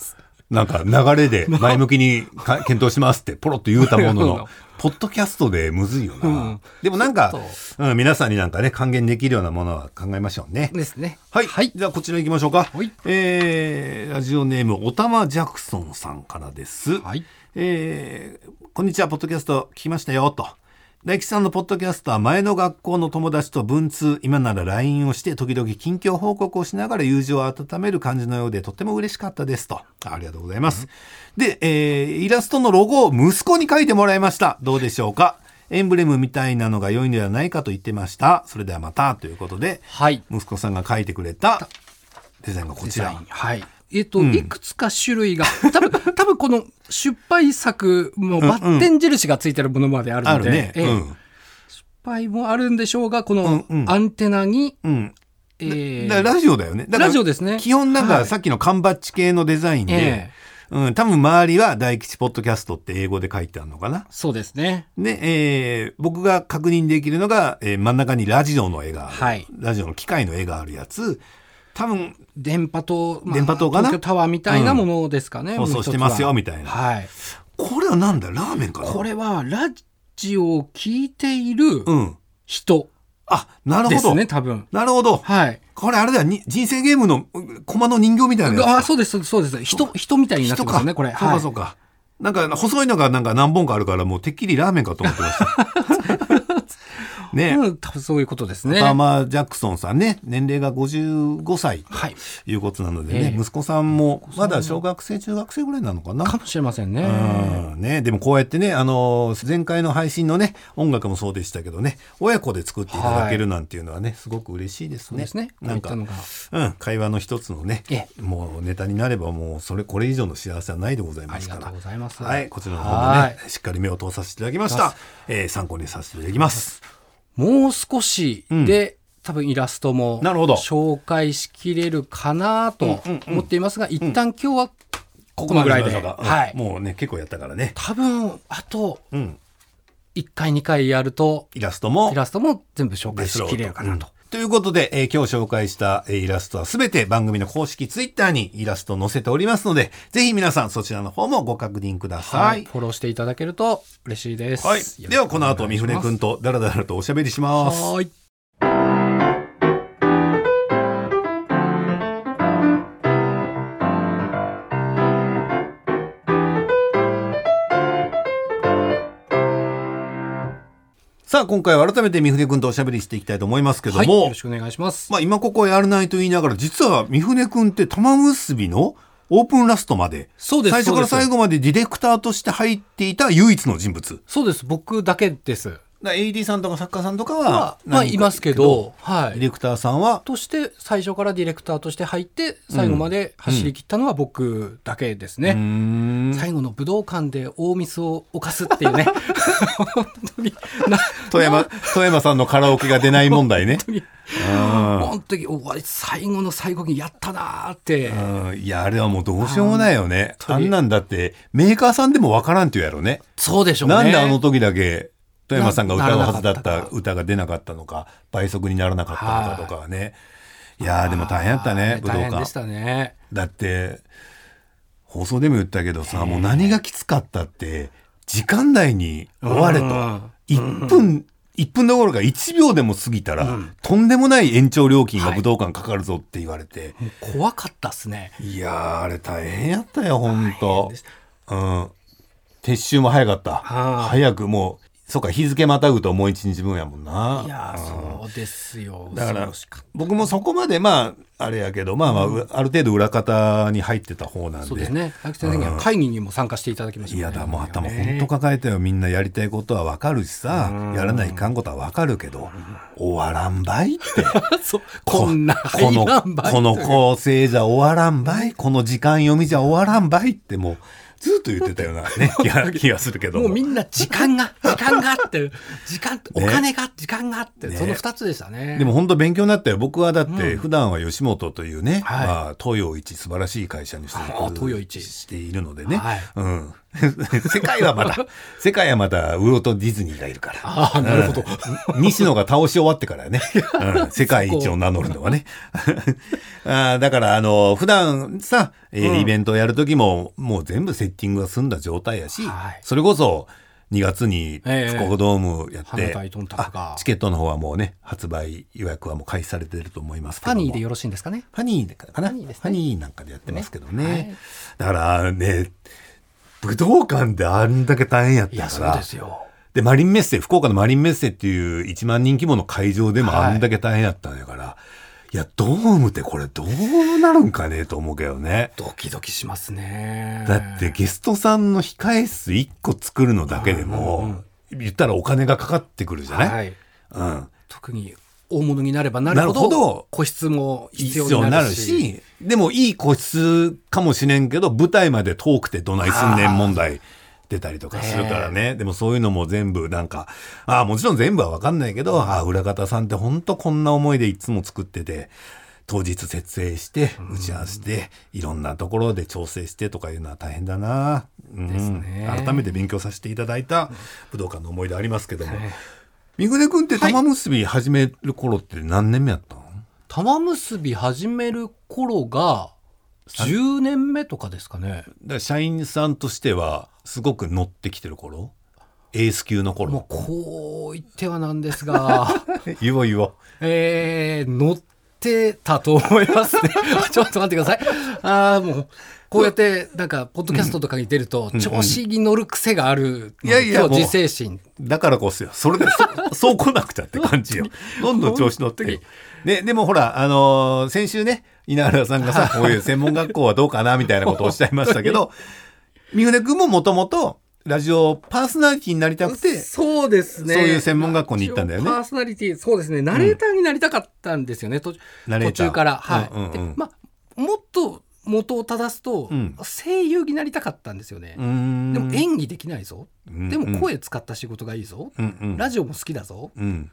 [SPEAKER 1] なんか流れ で前向きにか検討しますってポロッと言うたもの
[SPEAKER 2] なる
[SPEAKER 1] の
[SPEAKER 2] ほど、
[SPEAKER 1] ポッドキャストでむずいよな。
[SPEAKER 2] うん
[SPEAKER 1] でもなん
[SPEAKER 2] ちょ
[SPEAKER 1] か
[SPEAKER 2] っ、
[SPEAKER 1] うん、皆さんになんかね、還元できるようなものは考えましょうね。
[SPEAKER 2] ですね。
[SPEAKER 1] はい。じゃあこちら行きましょうか。
[SPEAKER 2] はい
[SPEAKER 1] えー、ラジオネーム、おたまジャクソンさんからです。
[SPEAKER 2] はい
[SPEAKER 1] えーこんにちは、ポッドキャスト聞きましたよ、と。大吉さんのポッドキャストは前の学校の友達と文通、今なら LINE をして、時々近況報告をしながら友情を温める感じのようで、とても嬉しかったです、と。ありがとうございます。で、えーイラストのロゴを息子に書いてもらいました。どうでしょうかエンブレムみたいなのが良いのではないかと言ってました。それではまた、ということで、
[SPEAKER 2] はい。
[SPEAKER 1] 息子さんが書いてくれたデザインがこ
[SPEAKER 2] デ
[SPEAKER 1] ち
[SPEAKER 2] ザイ
[SPEAKER 1] ら
[SPEAKER 2] ン。はい。えっ、と、いくつか種類が、多分、多分この失敗作もバッテン印がついてるものまである
[SPEAKER 1] あ
[SPEAKER 2] ので、
[SPEAKER 1] るね。
[SPEAKER 2] ええ失敗もあるんでしょうが、この
[SPEAKER 1] うんうん
[SPEAKER 2] アンテナに、
[SPEAKER 1] うん。うん。
[SPEAKER 2] えー
[SPEAKER 1] だからラジオだよね。だから
[SPEAKER 2] ラジオですね
[SPEAKER 1] 基本なん
[SPEAKER 2] は
[SPEAKER 1] か
[SPEAKER 2] い
[SPEAKER 1] さっきの缶バッチ系のデザインで
[SPEAKER 2] ええ、
[SPEAKER 1] うん、多分周りは大吉ポッドキャストって英語で書いてあるのかな。
[SPEAKER 2] そうですね。
[SPEAKER 1] で、えー僕が確認できるのが、えー真ん中にラジオの絵がある、
[SPEAKER 2] はい
[SPEAKER 1] ラジオの機械の絵があるやつ。多分、
[SPEAKER 2] 電波塔、まあ
[SPEAKER 1] 電波塔かな
[SPEAKER 2] 東京タワーみたいなものですかね。
[SPEAKER 1] ん
[SPEAKER 2] もう一つ
[SPEAKER 1] 放
[SPEAKER 2] は
[SPEAKER 1] 送してますよみたいな
[SPEAKER 2] はい。
[SPEAKER 1] これはなんだラーメンかな
[SPEAKER 2] これは、ラジオを聞いている
[SPEAKER 1] うん。
[SPEAKER 2] 人
[SPEAKER 1] あ、なる
[SPEAKER 2] で
[SPEAKER 1] ほ
[SPEAKER 2] す
[SPEAKER 1] ど。
[SPEAKER 2] ね、多分。
[SPEAKER 1] なるほど。
[SPEAKER 2] はい。
[SPEAKER 1] これあれだよ、に人生ゲームのうん駒の人形みたいなやつ
[SPEAKER 2] あ、そうです、そうです。人、人みたいになってますよね、これ。
[SPEAKER 1] そう
[SPEAKER 2] は
[SPEAKER 1] か
[SPEAKER 2] い
[SPEAKER 1] そうか。なんか細いのがなんか何本かあるからもうてっきりラーメンかと思ってました。ね
[SPEAKER 2] うん、多分そういうことですね。
[SPEAKER 1] パーマー・ジャクソンさんね年齢が55歳と
[SPEAKER 2] はい。
[SPEAKER 1] いうことなのでね、
[SPEAKER 2] ええ
[SPEAKER 1] 息子さんもまだ小学生中学生ぐらいなのかな。
[SPEAKER 2] かもしれませんね。
[SPEAKER 1] うんね、でもこうやってね、あの前回の配信のね音楽もそうでしたけどね親子で作っていただけるなんていうのはね、すごく嬉しいです
[SPEAKER 2] そう
[SPEAKER 1] ね。
[SPEAKER 2] ですね。
[SPEAKER 1] なん
[SPEAKER 2] こ
[SPEAKER 1] か
[SPEAKER 2] ういったのが
[SPEAKER 1] うん、会話の一つのね
[SPEAKER 2] え、
[SPEAKER 1] もうネタになればもうそれこれ以上の幸せはないでござい
[SPEAKER 2] あ
[SPEAKER 1] ま
[SPEAKER 2] り
[SPEAKER 1] す
[SPEAKER 2] が
[SPEAKER 1] か
[SPEAKER 2] と
[SPEAKER 1] ら
[SPEAKER 2] うご。ざいます。
[SPEAKER 1] はい、こちらの方も
[SPEAKER 2] は
[SPEAKER 1] ね、しっかり目を通させていただきました。えー参考にさせていただきます。
[SPEAKER 2] いもう少しで多分イラストも
[SPEAKER 1] なるほど
[SPEAKER 2] 紹介しきれるかなと思っていますが、一旦今日はここまでぐらいで、
[SPEAKER 1] ここましょうか
[SPEAKER 2] は
[SPEAKER 1] うん
[SPEAKER 2] い、
[SPEAKER 1] もうね、結構やったからね。
[SPEAKER 2] 多分あと
[SPEAKER 1] うん。
[SPEAKER 2] 1回2回やると
[SPEAKER 1] イラストも
[SPEAKER 2] イラストも全部紹
[SPEAKER 1] デ
[SPEAKER 2] 介
[SPEAKER 1] ス
[SPEAKER 2] し
[SPEAKER 1] ロー
[SPEAKER 2] きれるかなと
[SPEAKER 1] うん。ということで、えー今日紹介した、えーイラストはすべて番組の公式ツイッターにイラストを載せておりますので、ぜひ皆さんそちらの方もご確認くだ
[SPEAKER 2] は
[SPEAKER 1] さ
[SPEAKER 2] い、
[SPEAKER 1] い。
[SPEAKER 2] フォローしていただけると嬉しいです。
[SPEAKER 1] はい。
[SPEAKER 2] よろしく
[SPEAKER 1] では、この後、
[SPEAKER 2] お
[SPEAKER 1] 三
[SPEAKER 2] 願いしま
[SPEAKER 1] 船
[SPEAKER 2] す
[SPEAKER 1] くんとダラダラとおしゃべりします。
[SPEAKER 2] はーい。
[SPEAKER 1] さあ、今回は改めて三船くんとおしゃべりしていきたいと思いますけど
[SPEAKER 2] はい、
[SPEAKER 1] も、
[SPEAKER 2] よろしくお願いします。
[SPEAKER 1] まあ、今ここやらないと言いながら、実は三船くんって玉結びのオープンラストまで、
[SPEAKER 2] そうです
[SPEAKER 1] 最初から
[SPEAKER 2] そうです
[SPEAKER 1] 最後までディレクターとして入っていた唯一の人物。
[SPEAKER 2] そうです。僕だけです。
[SPEAKER 1] だ AD さんとか作家さんとか
[SPEAKER 2] まあ、まあ、いますけど、は
[SPEAKER 1] ディ
[SPEAKER 2] い。
[SPEAKER 1] レクターさんは、
[SPEAKER 2] として、最初からディレクターとして入って、最後まで走り切ったのは僕だけですね。最後の武道館で大ミスを犯すっ ていうね。本当に、な
[SPEAKER 1] 富山、富山さんのカラオケが出ない問題ね。うん
[SPEAKER 2] 本当に、おい最後の最後にやったなーって。
[SPEAKER 1] うんいや、あれはもうどうしようもないよね。
[SPEAKER 2] 本当
[SPEAKER 1] あ
[SPEAKER 2] に
[SPEAKER 1] んなんだって、メーカーさんでもわからんって言うやろね。
[SPEAKER 2] そうでしょうね。
[SPEAKER 1] なんであの時だけ、富山さんが歌うはずだっ
[SPEAKER 2] ならな
[SPEAKER 1] た
[SPEAKER 2] かった
[SPEAKER 1] 歌が出なかったのか、倍速にならなかったのかとかはね。いやー、でも大変だったね、武道
[SPEAKER 2] 大変でし
[SPEAKER 1] 館。
[SPEAKER 2] たね。
[SPEAKER 1] だって、放送でも言ったけどさ、もう何がきつかったって、時間内に終われと。
[SPEAKER 2] うん
[SPEAKER 1] 1分、一分どころか1秒でも過ぎたら、とんでもない延長料金が武道館かかるぞって言われて、
[SPEAKER 2] もう怖かったっすね。
[SPEAKER 1] い、やー、あれ大変やったよ、ほん
[SPEAKER 2] 大変
[SPEAKER 1] と
[SPEAKER 2] でし。
[SPEAKER 1] うん。撤収も早かった。
[SPEAKER 2] あー
[SPEAKER 1] 早くもう、そうか、日付またぐともう一日分やもんな。
[SPEAKER 2] いや
[SPEAKER 1] うん
[SPEAKER 2] ー、そうですよ。
[SPEAKER 1] だから
[SPEAKER 2] 恐しった
[SPEAKER 1] 僕もそこまで、まあ、あれやけど、まあまあ、うある程度裏方に入ってた方なんで。
[SPEAKER 2] そうですね。青木先生には会議にも参加していただきました
[SPEAKER 1] いやだもう頭ほん
[SPEAKER 2] 本
[SPEAKER 1] と
[SPEAKER 2] 当
[SPEAKER 1] 抱えたよみんなやりたいことはわかるしさやらないかんことはわかるけど終わらんばいって
[SPEAKER 2] そうこんな
[SPEAKER 1] この
[SPEAKER 2] 入らんばい
[SPEAKER 1] この構成じゃ終わらんばいこの時間読みじゃ終わらんばいってもうずっと言ってたような ね気が気がするけど
[SPEAKER 2] もうみんな時間 が時間があって時間お
[SPEAKER 1] ね
[SPEAKER 2] 金が時間があって
[SPEAKER 1] ね
[SPEAKER 2] その二つでしたね。
[SPEAKER 1] でも本当勉強になったよ僕はだって普段は吉本というね、
[SPEAKER 2] はい
[SPEAKER 1] まあ、東洋一素晴らしい会社に所
[SPEAKER 2] あ東洋
[SPEAKER 1] 属
[SPEAKER 2] 一
[SPEAKER 1] しているのでね、
[SPEAKER 2] はい
[SPEAKER 1] うん 世界はまだ世界はまだウロとディズニーがいるから。
[SPEAKER 2] ああなるほ
[SPEAKER 1] う
[SPEAKER 2] ど。
[SPEAKER 1] ん 西野が倒し終わってから ね、うん世界一を名乗るのはね あーだからあの普段さ、えーイベントをやる時ももう全部セッティングが済んだ状態やし、
[SPEAKER 2] はい
[SPEAKER 1] それこそ2月に
[SPEAKER 2] ええ
[SPEAKER 1] 福岡ドームやっ
[SPEAKER 2] 花
[SPEAKER 1] て、
[SPEAKER 2] 大トンタクが
[SPEAKER 1] あチケットの方はもうね発売予約はもう開始されてると思いますけ
[SPEAKER 2] フ
[SPEAKER 1] ど
[SPEAKER 2] ァ
[SPEAKER 1] も
[SPEAKER 2] ニーでよろしいんですかね。
[SPEAKER 1] ファニーかな
[SPEAKER 2] ファニーですね
[SPEAKER 1] ファニーなんかでやってますけどね
[SPEAKER 2] はい
[SPEAKER 1] だからね武道館であんだけ大変やっ
[SPEAKER 2] い
[SPEAKER 1] た
[SPEAKER 2] や
[SPEAKER 1] か
[SPEAKER 2] そう
[SPEAKER 1] ら
[SPEAKER 2] ですよ。
[SPEAKER 1] で、マリンメッセ、福岡のマリンメッセっていう1万人規模の会場でも
[SPEAKER 2] はい
[SPEAKER 1] あんだけ大変やったんやから、い、や、ドームってこれどうなるんかねと思うけどね。
[SPEAKER 2] ドキドキしますね。
[SPEAKER 1] だってゲストさんの控え室1個作るのだけでも、言ったらお金がかかってくるじゃない、
[SPEAKER 2] はい。
[SPEAKER 1] うん。
[SPEAKER 2] 特に大物になればなるほ
[SPEAKER 1] な
[SPEAKER 2] ど
[SPEAKER 1] るほど
[SPEAKER 2] 個室も必
[SPEAKER 1] 必
[SPEAKER 2] 要
[SPEAKER 1] 要
[SPEAKER 2] に
[SPEAKER 1] に
[SPEAKER 2] な
[SPEAKER 1] な
[SPEAKER 2] る
[SPEAKER 1] る
[SPEAKER 2] し
[SPEAKER 1] し、でもいい個室かもしれんけど、舞台まで遠くてどないすんねん問題出たりとかするからね。でもそういうのも全部なんか、ああ、もちろん全部はわかんないけど、ああ、裏方さんってほんとこんな思いでいつも作ってて、当日設営して、打ち合わせして、いろんなところで調整してとかいうのは大変だな。うん
[SPEAKER 2] ですね
[SPEAKER 1] 改めて勉強させていただいた武道館の思い出ありますけども。三船君って玉結び始める頃って何年目やったの、
[SPEAKER 2] 玉結び始める頃が10年目とかですかね
[SPEAKER 1] だから社員さんとしてはすごく乗ってきてる頃エース級の
[SPEAKER 2] もう
[SPEAKER 1] 頃
[SPEAKER 2] こう言ってはなんですが
[SPEAKER 1] 言おう言おう
[SPEAKER 2] えー、乗ってたと思いますね ちょっと待ってくださいああもうこうやってなんかポッドキャストとかに出ると調子に乗る癖がある
[SPEAKER 1] いやいや
[SPEAKER 2] 今日
[SPEAKER 1] もう
[SPEAKER 2] 自制心
[SPEAKER 1] だからこそよそれでそ そう来なくちゃって感じ よどんどん調子乗ってる、ね、でもほら、あのー先週ね稲原さんが さこういう専門学校はどうかなみたいなことをおっしゃいましたけど三船君ももともとラジオパーソナリティになりたくて
[SPEAKER 2] そうですね。
[SPEAKER 1] そういう専門学校に行ったんだよね
[SPEAKER 2] 一応パーソナリティ、そうですね。ナレーターになりたかったんですよね。途中
[SPEAKER 1] ナレー
[SPEAKER 2] 途
[SPEAKER 1] ター
[SPEAKER 2] 中から。はい。
[SPEAKER 1] うんうんうん
[SPEAKER 2] でまあ、もっと元を正すと、
[SPEAKER 1] うん
[SPEAKER 2] 声優になりたかったんですよね。で
[SPEAKER 1] で
[SPEAKER 2] も演技できないぞ。
[SPEAKER 1] うん
[SPEAKER 2] でも声使った仕事がいいぞ。
[SPEAKER 1] うんうん
[SPEAKER 2] ラジオも好きだぞ。
[SPEAKER 1] うん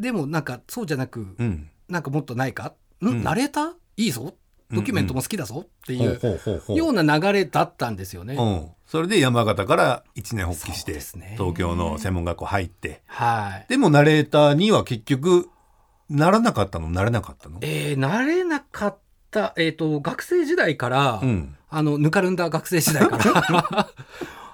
[SPEAKER 2] でもなんかそうじゃなく、
[SPEAKER 1] うん。
[SPEAKER 2] なんかもっとないか、ん
[SPEAKER 1] ん
[SPEAKER 2] ナレーターいいぞドキュメントも好きだぞってい
[SPEAKER 1] ほう
[SPEAKER 2] う
[SPEAKER 1] ほうほうほう。
[SPEAKER 2] ような流れだったんですよね。
[SPEAKER 1] うん、それで山形から一年発起し
[SPEAKER 2] そう
[SPEAKER 1] て
[SPEAKER 2] ですね
[SPEAKER 1] 東京の専門学校入って
[SPEAKER 2] はい。
[SPEAKER 1] でもナレーターには結局ならなかったのなれなかったの
[SPEAKER 2] えー、慣れなかった、えっ、と、学生時代から、
[SPEAKER 1] うん
[SPEAKER 2] あの、ぬかるんだ学生時 代から、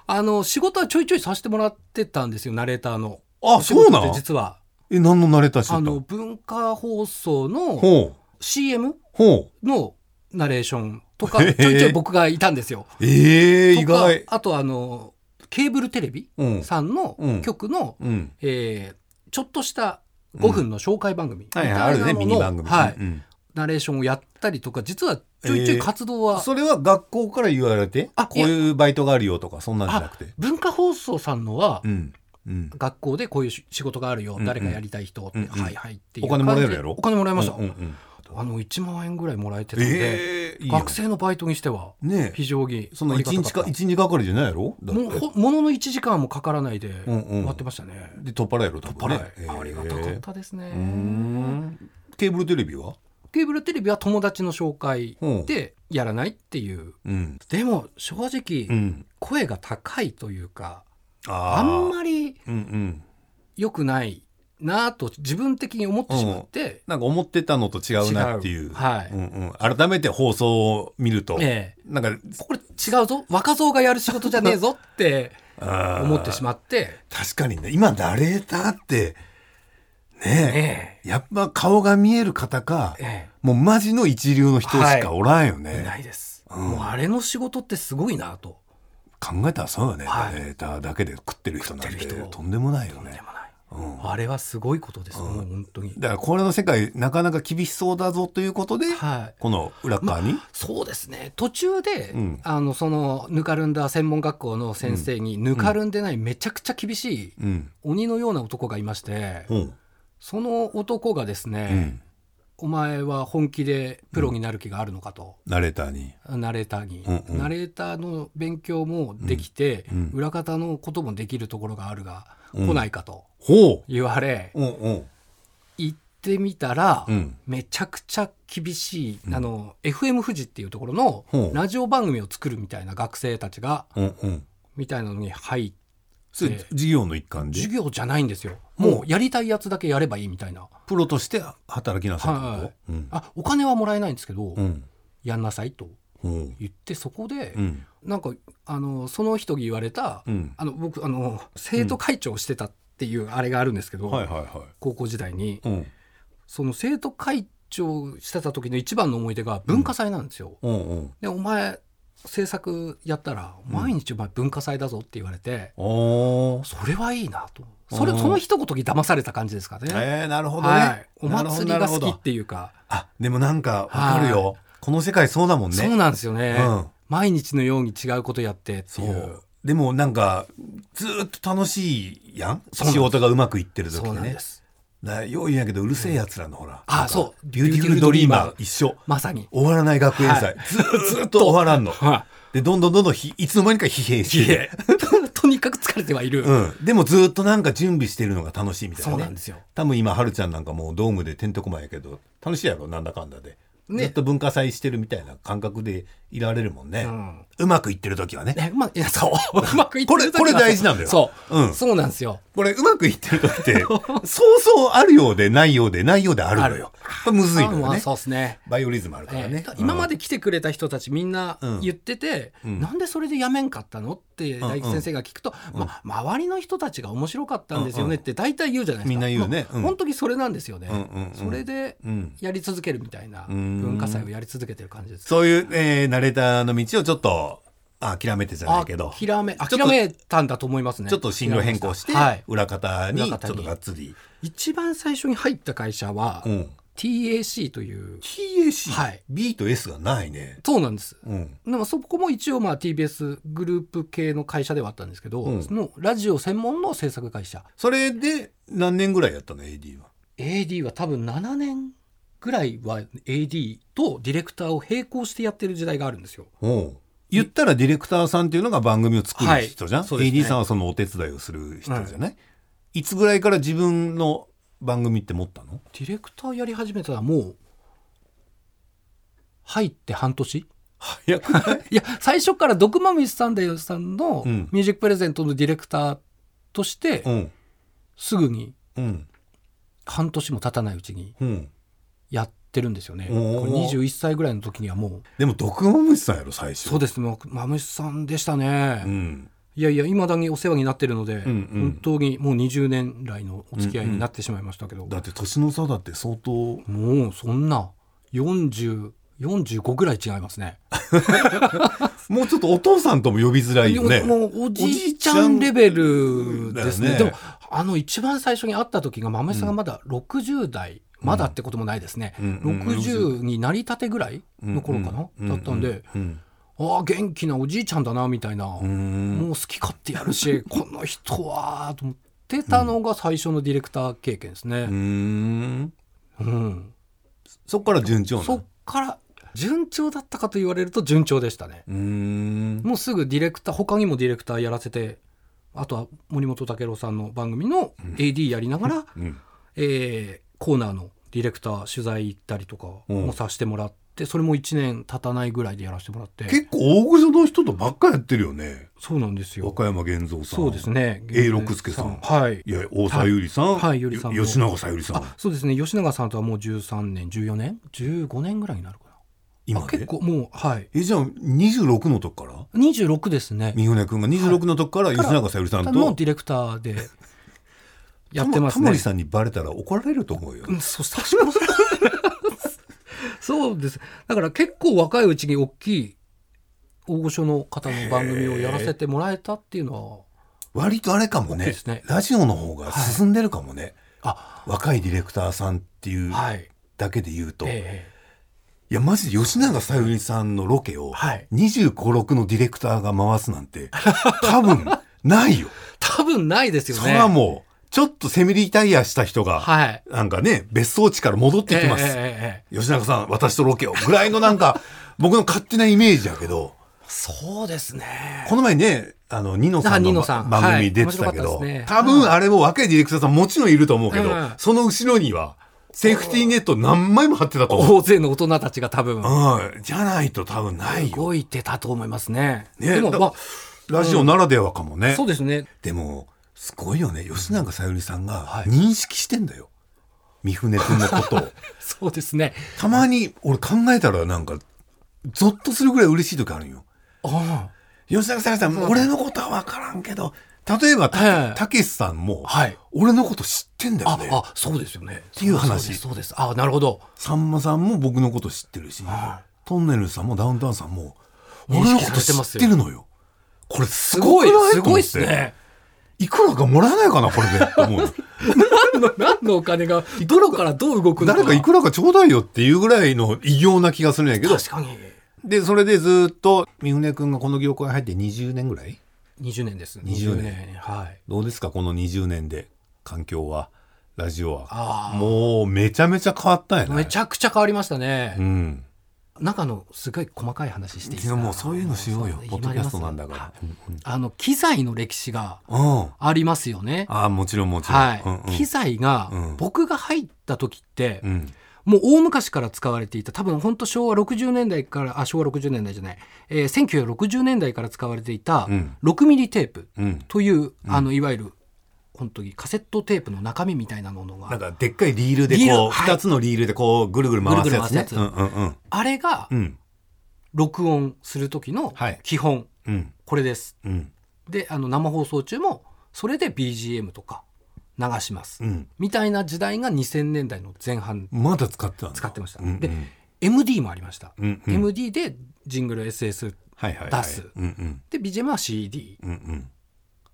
[SPEAKER 2] あの、仕事はちょいちょいさせてもらってたんですよ、ナレーターの。
[SPEAKER 1] あそうな
[SPEAKER 2] お仕事っ
[SPEAKER 1] の
[SPEAKER 2] て実は、
[SPEAKER 1] え何のナレーターしてた
[SPEAKER 2] あの、文化放送の
[SPEAKER 1] ほう
[SPEAKER 2] CM
[SPEAKER 1] ほ
[SPEAKER 2] のナレーションとか、
[SPEAKER 1] へー
[SPEAKER 2] ちょいちょい僕がいたんですよ。
[SPEAKER 1] うええ
[SPEAKER 2] と
[SPEAKER 1] 意
[SPEAKER 2] か
[SPEAKER 1] 外
[SPEAKER 2] あと、あの、ケーブルテレビ
[SPEAKER 1] うん
[SPEAKER 2] さんの
[SPEAKER 1] うん
[SPEAKER 2] 曲の、
[SPEAKER 1] うん
[SPEAKER 2] えーちょっとした5分の紹介番組みた
[SPEAKER 1] はいいはい
[SPEAKER 2] な
[SPEAKER 1] あ
[SPEAKER 2] のの、
[SPEAKER 1] るねミニ番組ね
[SPEAKER 2] はい。
[SPEAKER 1] うん
[SPEAKER 2] ナレーションをやったりとか実はちょいちょい活動は、
[SPEAKER 1] それは学校から言われて
[SPEAKER 2] あ
[SPEAKER 1] こういうバイトがあるよとかそんなんじゃなくて
[SPEAKER 2] 文化放送さんのは、
[SPEAKER 1] うんうん
[SPEAKER 2] 学校でこういう仕事があるよ、
[SPEAKER 1] うん
[SPEAKER 2] 誰かやりたい人って、
[SPEAKER 1] うんうん
[SPEAKER 2] はいはいっていう
[SPEAKER 1] お金もらえるやろ
[SPEAKER 2] お金もらえました、
[SPEAKER 1] うんうんうん
[SPEAKER 2] あの1万円ぐらいもらえてたんで、
[SPEAKER 1] ええいいよ
[SPEAKER 2] 学生のバイトにしては
[SPEAKER 1] ねえ
[SPEAKER 2] 非常に
[SPEAKER 1] その
[SPEAKER 2] ありが
[SPEAKER 1] 一
[SPEAKER 2] た
[SPEAKER 1] 日
[SPEAKER 2] かっ
[SPEAKER 1] か
[SPEAKER 2] た
[SPEAKER 1] 一日がかりじゃないやろだって
[SPEAKER 2] もうほものの1時間もかからないで
[SPEAKER 1] うんうん
[SPEAKER 2] 終わってましたね、
[SPEAKER 1] で取っ払えると
[SPEAKER 2] はいありがたかったですね、
[SPEAKER 1] ケーブルテレビは
[SPEAKER 2] ケーブルテレビは友達の紹介
[SPEAKER 1] うん
[SPEAKER 2] でやらないっていう
[SPEAKER 1] うん
[SPEAKER 2] でも正直、
[SPEAKER 1] うん
[SPEAKER 2] 声が高いというか
[SPEAKER 1] あ
[SPEAKER 2] あん
[SPEAKER 1] り
[SPEAKER 2] まり
[SPEAKER 1] うんうん
[SPEAKER 2] 良くないなぁと自分的に思ってしまって、
[SPEAKER 1] なんか思ってたのと違うなっていう
[SPEAKER 2] 違うはい
[SPEAKER 1] うんうん改めて放送を見ると
[SPEAKER 2] ええ
[SPEAKER 1] なんか
[SPEAKER 2] これ違うぞ若造がやる仕事じゃねえぞって 思
[SPEAKER 1] 思
[SPEAKER 2] ってし
[SPEAKER 1] ま
[SPEAKER 2] まって、
[SPEAKER 1] う確かにね今ナレーターってね
[SPEAKER 2] え
[SPEAKER 1] えやっぱ顔が見える方か
[SPEAKER 2] ええ
[SPEAKER 1] もうマジの一流の人しかおらんよ
[SPEAKER 2] えい
[SPEAKER 1] ね
[SPEAKER 2] ないです、もうあれの仕事ってすごいなぁと
[SPEAKER 1] 考えたらそうよねナ
[SPEAKER 2] はい
[SPEAKER 1] レーターだけで食ってる人なんて
[SPEAKER 2] 食ってる人
[SPEAKER 1] とんでもないよね
[SPEAKER 2] でもない、
[SPEAKER 1] うん
[SPEAKER 2] あれはすごいことです、もう本当に、
[SPEAKER 1] だからこれの世界なかなか厳しそうだぞということで、
[SPEAKER 2] はい
[SPEAKER 1] この裏側に、
[SPEAKER 2] そうですね途中で、
[SPEAKER 1] うん
[SPEAKER 2] あのそのぬかるんだ専門学校の先生に、ぬかるんでないめちゃくちゃ厳しい
[SPEAKER 1] うん
[SPEAKER 2] 鬼のような男がいまして、
[SPEAKER 1] うん
[SPEAKER 2] その男がですね、
[SPEAKER 1] うん、
[SPEAKER 2] お前は本気でプロになる気があるのかと、
[SPEAKER 1] ナレーターに
[SPEAKER 2] ナレーターに、
[SPEAKER 1] うんうん
[SPEAKER 2] ナレーターの勉強もできて、
[SPEAKER 1] うんうん
[SPEAKER 2] 裏方のこともできるところがあるが、
[SPEAKER 1] うん
[SPEAKER 2] 来ないかと
[SPEAKER 1] ほ
[SPEAKER 2] 言われ、
[SPEAKER 1] う、うんうん
[SPEAKER 2] 行ってみたら、
[SPEAKER 1] うん
[SPEAKER 2] めちゃくちゃ厳しい、あの FM 富士っていうところの
[SPEAKER 1] ほう
[SPEAKER 2] ラジオ番組を作るみたいな学生たちが
[SPEAKER 1] うんうん
[SPEAKER 2] みたいなのに入って
[SPEAKER 1] それ事業の一環で
[SPEAKER 2] 授業じゃないんですよもうやりたいやつだけやればいいみたいな
[SPEAKER 1] プロとして働きなさいって
[SPEAKER 2] は
[SPEAKER 1] こ
[SPEAKER 2] い
[SPEAKER 1] と、うん
[SPEAKER 2] あお金はもらえないんですけど、
[SPEAKER 1] うん
[SPEAKER 2] やんなさいと
[SPEAKER 1] うん
[SPEAKER 2] 言ってそこで、
[SPEAKER 1] うん
[SPEAKER 2] なんかあのその人に言われた、
[SPEAKER 1] うん
[SPEAKER 2] あの僕あの生徒会長をしてたっていうあれがあるんですけど、
[SPEAKER 1] はいはいは
[SPEAKER 2] 高校時代に、
[SPEAKER 1] いうん
[SPEAKER 2] その生徒会長してた時の一番の思い出が文化祭なんですよ。
[SPEAKER 1] うんうん
[SPEAKER 2] でお前制作やったら毎日お前文化祭だぞって言われて、
[SPEAKER 1] あー
[SPEAKER 2] それはいいなとそれ
[SPEAKER 1] うん
[SPEAKER 2] その一言に騙された感じですかね。
[SPEAKER 1] えー、なるほどね、
[SPEAKER 2] はい、お祭り
[SPEAKER 1] なる
[SPEAKER 2] が
[SPEAKER 1] ほ
[SPEAKER 2] 好
[SPEAKER 1] どなるほ
[SPEAKER 2] き
[SPEAKER 1] ど
[SPEAKER 2] っていうか、
[SPEAKER 1] あでもなんかわかるよこの世界そうだもんね
[SPEAKER 2] そうなんですよね、
[SPEAKER 1] うん
[SPEAKER 2] 毎日のように違うことやってってい
[SPEAKER 1] そううでもなんかずーっと楽しいやん
[SPEAKER 2] そうなんです
[SPEAKER 1] 仕事がうまくいってる時
[SPEAKER 2] そう
[SPEAKER 1] って
[SPEAKER 2] なん
[SPEAKER 1] ね
[SPEAKER 2] です
[SPEAKER 1] だよう言うんやけどうるせえやつらのほら、
[SPEAKER 2] あ
[SPEAKER 1] なんか
[SPEAKER 2] そう
[SPEAKER 1] ビューティフルドリーマー一緒
[SPEAKER 2] まさに。
[SPEAKER 1] 終わらない学園祭、ずーずーっと終わらんの
[SPEAKER 2] は
[SPEAKER 1] でどんどんどんどんひいつの間にか疲弊してて、
[SPEAKER 2] い、 とにかく疲れてはいる、
[SPEAKER 1] うん、でもずーっとなんか準備してるのが楽しいみたいな、ね、
[SPEAKER 2] そうなんですよ
[SPEAKER 1] 多分今はるちゃんなんかもうドームでてんてこまんやけど楽しいやろなんだかんだで、
[SPEAKER 2] ね
[SPEAKER 1] ずっと文化祭してるみたいな感覚でいられるもんね、う
[SPEAKER 2] うん
[SPEAKER 1] まくいってる時はね
[SPEAKER 2] ね、うまくいやそう うまくいって
[SPEAKER 1] これ
[SPEAKER 2] る時は
[SPEAKER 1] これ大事なんだよ
[SPEAKER 2] そう、
[SPEAKER 1] うん
[SPEAKER 2] そうなんですよ
[SPEAKER 1] これうまくいってる時 ってそうそうあるようでないようでないようであるのよこれむずいの
[SPEAKER 2] あ
[SPEAKER 1] よ
[SPEAKER 2] まあ
[SPEAKER 1] ね
[SPEAKER 2] そうですね
[SPEAKER 1] バイオリズムあるから
[SPEAKER 2] え
[SPEAKER 1] ね、
[SPEAKER 2] え今まで来てくれた人たちみんな
[SPEAKER 1] うん
[SPEAKER 2] 言ってて、
[SPEAKER 1] ん
[SPEAKER 2] なんでそれでやめんかったのって
[SPEAKER 1] ん
[SPEAKER 2] 大吉先生が聞くと、まあ、周りの人たちが面白かったんですよ
[SPEAKER 1] うんう
[SPEAKER 2] ね
[SPEAKER 1] ん
[SPEAKER 2] って大体言うじゃないですか
[SPEAKER 1] みんな言うね
[SPEAKER 2] も
[SPEAKER 1] うん
[SPEAKER 2] 本当にそれなんですよね、
[SPEAKER 1] うんうんうん
[SPEAKER 2] それで
[SPEAKER 1] うん
[SPEAKER 2] やり続けるみたいな
[SPEAKER 1] うん
[SPEAKER 2] 文化祭をやり続けてる感じです
[SPEAKER 1] そういう、えー、ナレーターの道をちょっとあ諦めてじゃないけど
[SPEAKER 2] 諦め
[SPEAKER 1] っと
[SPEAKER 2] 諦めたんだと思いますね
[SPEAKER 1] ちょっと進路変更して、
[SPEAKER 2] はい、
[SPEAKER 1] 裏方にちょ
[SPEAKER 2] 裏
[SPEAKER 1] っ
[SPEAKER 2] 方に
[SPEAKER 1] とがっつり、
[SPEAKER 2] 一番最初に入った会社は、
[SPEAKER 1] ん、
[SPEAKER 2] TAC という
[SPEAKER 1] TAC、
[SPEAKER 2] はい
[SPEAKER 1] B と S がないね、
[SPEAKER 2] そうなんです
[SPEAKER 1] うん、
[SPEAKER 2] でもそこも一応まあ TBS グループ系の会社ではあったんですけど、
[SPEAKER 1] うん
[SPEAKER 2] そのラジオ専門の制作会社
[SPEAKER 1] それで何年ぐらいやったの AD は
[SPEAKER 2] AD は多分7年ぐらいは AD とディレクターを並行してやってる時代があるんですよ
[SPEAKER 1] うん言ったらディレクターさんっていうのが番組を作る人じゃん、
[SPEAKER 2] はいそうですね
[SPEAKER 1] AD さんはそのお手伝いをする人じゃない、いつぐらいから自分の番組って持ったの
[SPEAKER 2] ディレクターやり始めたらもう入って半年
[SPEAKER 1] 早くない
[SPEAKER 2] いや最初から毒まみさんだよさんの
[SPEAKER 1] うん
[SPEAKER 2] ミュージックプレゼントのディレクターとして、
[SPEAKER 1] うん
[SPEAKER 2] すぐに
[SPEAKER 1] うん
[SPEAKER 2] 半年も経たないうちに
[SPEAKER 1] うん
[SPEAKER 2] やってるんですよね。こ
[SPEAKER 1] お
[SPEAKER 2] れ
[SPEAKER 1] ー
[SPEAKER 2] 21歳ぐらいの時にはもう
[SPEAKER 1] でも毒まむしさんやろ最初
[SPEAKER 2] そうですねまむしさんでしたね。
[SPEAKER 1] うん
[SPEAKER 2] いやいや、いまだにお世話になってるので、
[SPEAKER 1] んうん
[SPEAKER 2] 本当にもう20年来のお付き合いになってしまいましたけど、
[SPEAKER 1] だって年の差だって相当
[SPEAKER 2] もうそんな40、45ぐらい違いますね。
[SPEAKER 1] もうちょっとお父さんとも呼びづらいよね
[SPEAKER 2] もうもうおじいちゃんレベルですね。
[SPEAKER 1] おじいちゃんだよね
[SPEAKER 2] でも、あの一番最初に会った時が、まめさんがまだ60代、まだってこともないですね、
[SPEAKER 1] うんうん
[SPEAKER 2] 60になりたてぐらいの頃かな、
[SPEAKER 1] うんうん
[SPEAKER 2] だったんで、
[SPEAKER 1] うん
[SPEAKER 2] ああ、元気なおじいちゃんだな、みたいな。
[SPEAKER 1] うーん
[SPEAKER 2] もう好き勝手やるし この人はと思ってたのが最初のディレクター経験です
[SPEAKER 1] う
[SPEAKER 2] ね、
[SPEAKER 1] ーん
[SPEAKER 2] うん
[SPEAKER 1] そっから順調な
[SPEAKER 2] そっから順調だったかと言われると順調でしたね
[SPEAKER 1] うーん
[SPEAKER 2] もうすぐディレクター他にもディレクターやらせてあとは森本武郎さんの番組の AD やりながら、
[SPEAKER 1] うん
[SPEAKER 2] えーコーナーのディレクター取材行ったりとか
[SPEAKER 1] うん
[SPEAKER 2] もさせてもらってそれも1年経たないぐらいでやらせてもらって
[SPEAKER 1] 結構大御所の人とばっかやってるよね
[SPEAKER 2] そうなんですよ
[SPEAKER 1] 若山源三さん
[SPEAKER 2] そうですね
[SPEAKER 1] A 六輔さん
[SPEAKER 2] はい
[SPEAKER 1] いや大沢ゆりさん、
[SPEAKER 2] はいはいゆりさんも
[SPEAKER 1] よ吉永小百合さん
[SPEAKER 2] あそうですね吉永さんとはもう13年14年15年ぐらいになるかな
[SPEAKER 1] 今
[SPEAKER 2] あ
[SPEAKER 1] で
[SPEAKER 2] 結構もうはい
[SPEAKER 1] えじゃあ26のとこから
[SPEAKER 2] 26ですね
[SPEAKER 1] 三船君が26のとこから
[SPEAKER 2] い
[SPEAKER 1] 吉永小百合さんと、
[SPEAKER 2] のディレクターでやってます
[SPEAKER 1] タモ
[SPEAKER 2] ね
[SPEAKER 1] リさんにバレたら怒られると思うよ
[SPEAKER 2] うんそう確かに そうですだから結構若いうちに大きい大御所の方の番組をやらせてもらえたっていうの
[SPEAKER 1] 割とあれかも
[SPEAKER 2] 大きい
[SPEAKER 1] ね
[SPEAKER 2] ですね
[SPEAKER 1] ラジオの方が進んでるかもね、
[SPEAKER 2] は
[SPEAKER 1] 若いディレクターさんっていう
[SPEAKER 2] あはい
[SPEAKER 1] だけで言うと、い
[SPEAKER 2] え
[SPEAKER 1] やマジで吉永小百合さんのロケを
[SPEAKER 2] えはい
[SPEAKER 1] 2 5六6のディレクターが回すなん て多分ないよ。
[SPEAKER 2] 多分ないですよね
[SPEAKER 1] それはもうちょっとセミリタイアした人が、
[SPEAKER 2] はい
[SPEAKER 1] なんかね別荘地から戻ってきます。
[SPEAKER 2] ええええええ
[SPEAKER 1] 吉永さん私とロケをぐらいのなん か僕の勝手なイメージやけど
[SPEAKER 2] そうですね
[SPEAKER 1] この前ねあのニノさ
[SPEAKER 2] あ
[SPEAKER 1] ん
[SPEAKER 2] ニ
[SPEAKER 1] の
[SPEAKER 2] ノさん
[SPEAKER 1] 番
[SPEAKER 2] は
[SPEAKER 1] 組
[SPEAKER 2] い
[SPEAKER 1] 出てたけ
[SPEAKER 2] 面
[SPEAKER 1] ど、
[SPEAKER 2] 白かったですね
[SPEAKER 1] 多分あれも若いディレクターさんもちろんいると思うけど、
[SPEAKER 2] うん
[SPEAKER 1] その後ろにはセーフティーネット何枚も貼ってたと思う。
[SPEAKER 2] 大勢の大人たちが多分
[SPEAKER 1] うん、じゃないと多分ないよ。
[SPEAKER 2] 動いてたと思いますね。
[SPEAKER 1] ね
[SPEAKER 2] でも、
[SPEAKER 1] だ
[SPEAKER 2] ま
[SPEAKER 1] ラジオならではかもね。
[SPEAKER 2] あ、そうですね。
[SPEAKER 1] でもすごいよね吉永小百合さんが
[SPEAKER 2] はい
[SPEAKER 1] 認識してんだよ、三船君のこと を
[SPEAKER 2] そうですね。
[SPEAKER 1] たまに俺考えたらなんかゾッとするぐらい嬉しい時あるんよ
[SPEAKER 2] あ
[SPEAKER 1] 吉永小百合さん俺のことは分からんけど例えば
[SPEAKER 2] は
[SPEAKER 1] た
[SPEAKER 2] い
[SPEAKER 1] たけしさんも、
[SPEAKER 2] はい
[SPEAKER 1] 俺のこと知ってんだよ
[SPEAKER 2] あ、
[SPEAKER 1] ね
[SPEAKER 2] あ、そうですよね。って
[SPEAKER 1] いう話
[SPEAKER 2] そうです。そうですあ、なるほど。
[SPEAKER 1] さんまさんも僕のこと知ってるし、
[SPEAKER 2] は
[SPEAKER 1] トンネルズさんもダウンタウンさんも俺
[SPEAKER 2] 認
[SPEAKER 1] の
[SPEAKER 2] 識
[SPEAKER 1] こと
[SPEAKER 2] されて
[SPEAKER 1] 知
[SPEAKER 2] ます
[SPEAKER 1] っ
[SPEAKER 2] よ
[SPEAKER 1] てるのよこれす
[SPEAKER 2] すご
[SPEAKER 1] ご
[SPEAKER 2] い
[SPEAKER 1] いな、
[SPEAKER 2] す
[SPEAKER 1] と思
[SPEAKER 2] ご
[SPEAKER 1] っ
[SPEAKER 2] い
[SPEAKER 1] て
[SPEAKER 2] ですね。
[SPEAKER 1] いくらかもらえないかなこれでって 思うよ
[SPEAKER 2] 何の、何のお金が、どこからどう動くの
[SPEAKER 1] 誰かいくらかちょうだいよっていうぐらいの異様な気がするんやけど、
[SPEAKER 2] 確かに。
[SPEAKER 1] で、それでずっと、三船くんがこの業界入って20年ぐらい
[SPEAKER 2] 20年です。
[SPEAKER 1] 20年
[SPEAKER 2] はい。
[SPEAKER 1] どうですかこの20年で、環境は、ラジオは。
[SPEAKER 2] あ
[SPEAKER 1] もう、めちゃめちゃ変わったんや
[SPEAKER 2] あ。
[SPEAKER 1] な。
[SPEAKER 2] めちゃくちゃ変わりましたね
[SPEAKER 1] う。ん。
[SPEAKER 2] 中のすごい細かい話していいです
[SPEAKER 1] 昨
[SPEAKER 2] か
[SPEAKER 1] 日もうそういうのしようよ。ポッドキャストなんだ。
[SPEAKER 2] そ
[SPEAKER 1] か
[SPEAKER 2] う今ありますあの、機材の歴史が
[SPEAKER 1] ら。うん。あ
[SPEAKER 2] ありますよね。
[SPEAKER 1] あ、もちろんもちろん。
[SPEAKER 2] はい、
[SPEAKER 1] うん
[SPEAKER 2] 機材が、
[SPEAKER 1] うん
[SPEAKER 2] 僕が入った時って、
[SPEAKER 1] うん。うん。
[SPEAKER 2] もう大昔から使われていた多分本当昭和60年代からあ昭和60年代じゃない、えー、1960年代から使われていた
[SPEAKER 1] うん
[SPEAKER 2] 6ミリテープ
[SPEAKER 1] うん。
[SPEAKER 2] という、あのいわゆる本当にカセットテープの中身みたいなもの
[SPEAKER 1] なん
[SPEAKER 2] が
[SPEAKER 1] か、でっかいリールで
[SPEAKER 2] リー
[SPEAKER 1] こ
[SPEAKER 2] ル
[SPEAKER 1] う、
[SPEAKER 2] はい
[SPEAKER 1] 二つのリールでこう、ぐるぐる回すやつね。
[SPEAKER 2] ぐるぐる
[SPEAKER 1] うんうん
[SPEAKER 2] あれが
[SPEAKER 1] うん。うん。
[SPEAKER 2] 録音する時の
[SPEAKER 1] はい
[SPEAKER 2] 基本、
[SPEAKER 1] うん。
[SPEAKER 2] これです
[SPEAKER 1] うん。
[SPEAKER 2] であの生放送中もそれで BGM とか流します、
[SPEAKER 1] うん。
[SPEAKER 2] みたいな時代が2000年代の前半
[SPEAKER 1] まだ使ってたんだ
[SPEAKER 2] 使ってました、
[SPEAKER 1] うんうん
[SPEAKER 2] で MD もありました、
[SPEAKER 1] うんうん
[SPEAKER 2] MD でジングル SS
[SPEAKER 1] はいはいはい。
[SPEAKER 2] 出す
[SPEAKER 1] うんうん。
[SPEAKER 2] で BGM は CD、
[SPEAKER 1] うんうん。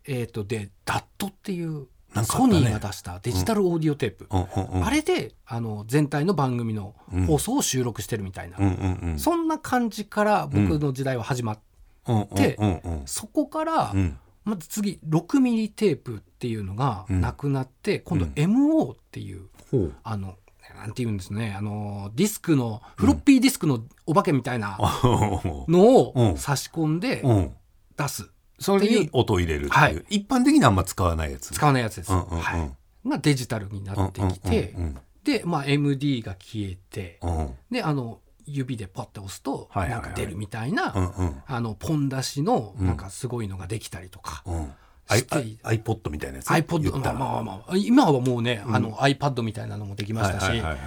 [SPEAKER 2] えー、とで DAT っていう
[SPEAKER 1] なんかあ
[SPEAKER 2] ソ
[SPEAKER 1] ったね
[SPEAKER 2] ニーが出したデジタルオーディオテープ、
[SPEAKER 1] うんうんうん。
[SPEAKER 2] あれであの全体の番組の放送を収録してるみたいな、
[SPEAKER 1] うんうんうん。
[SPEAKER 2] そんな感じから僕の時代は始まって、
[SPEAKER 1] でうんうん
[SPEAKER 2] そこから、
[SPEAKER 1] うん
[SPEAKER 2] まず次6ミリテープっていうのがなくなって、今度
[SPEAKER 1] うん
[SPEAKER 2] MO っていう
[SPEAKER 1] ほう
[SPEAKER 2] あのなんていうんですねあのディスクのフロッピーディスクのお化けみたいなの
[SPEAKER 1] うん
[SPEAKER 2] を差し込んで
[SPEAKER 1] うん
[SPEAKER 2] 出す
[SPEAKER 1] それに音を入れるっていう、
[SPEAKER 2] はい
[SPEAKER 1] 一般的にあんま使わないやつ
[SPEAKER 2] 使わないやつです、
[SPEAKER 1] うんうんうん
[SPEAKER 2] はい、がデジタルになってきて、
[SPEAKER 1] うんうん
[SPEAKER 2] で、まあ、MD が消えて、
[SPEAKER 1] うんうん
[SPEAKER 2] であの指でパッて押すと
[SPEAKER 1] はいはい
[SPEAKER 2] な
[SPEAKER 1] はい
[SPEAKER 2] んか出るみたいな、
[SPEAKER 1] うんうん
[SPEAKER 2] あのポン出しの
[SPEAKER 1] うん
[SPEAKER 2] なんかすごいのができたりとか、
[SPEAKER 1] うんアイ
[SPEAKER 2] していい
[SPEAKER 1] アイ iPod みたいなやつ
[SPEAKER 2] iPod
[SPEAKER 1] 言っ
[SPEAKER 2] ま
[SPEAKER 1] た
[SPEAKER 2] あ
[SPEAKER 1] ら
[SPEAKER 2] まあまあ今はもうね、
[SPEAKER 1] うん
[SPEAKER 2] あの iPad みたいなのもできましたし、
[SPEAKER 1] はい
[SPEAKER 2] い
[SPEAKER 1] はいはいは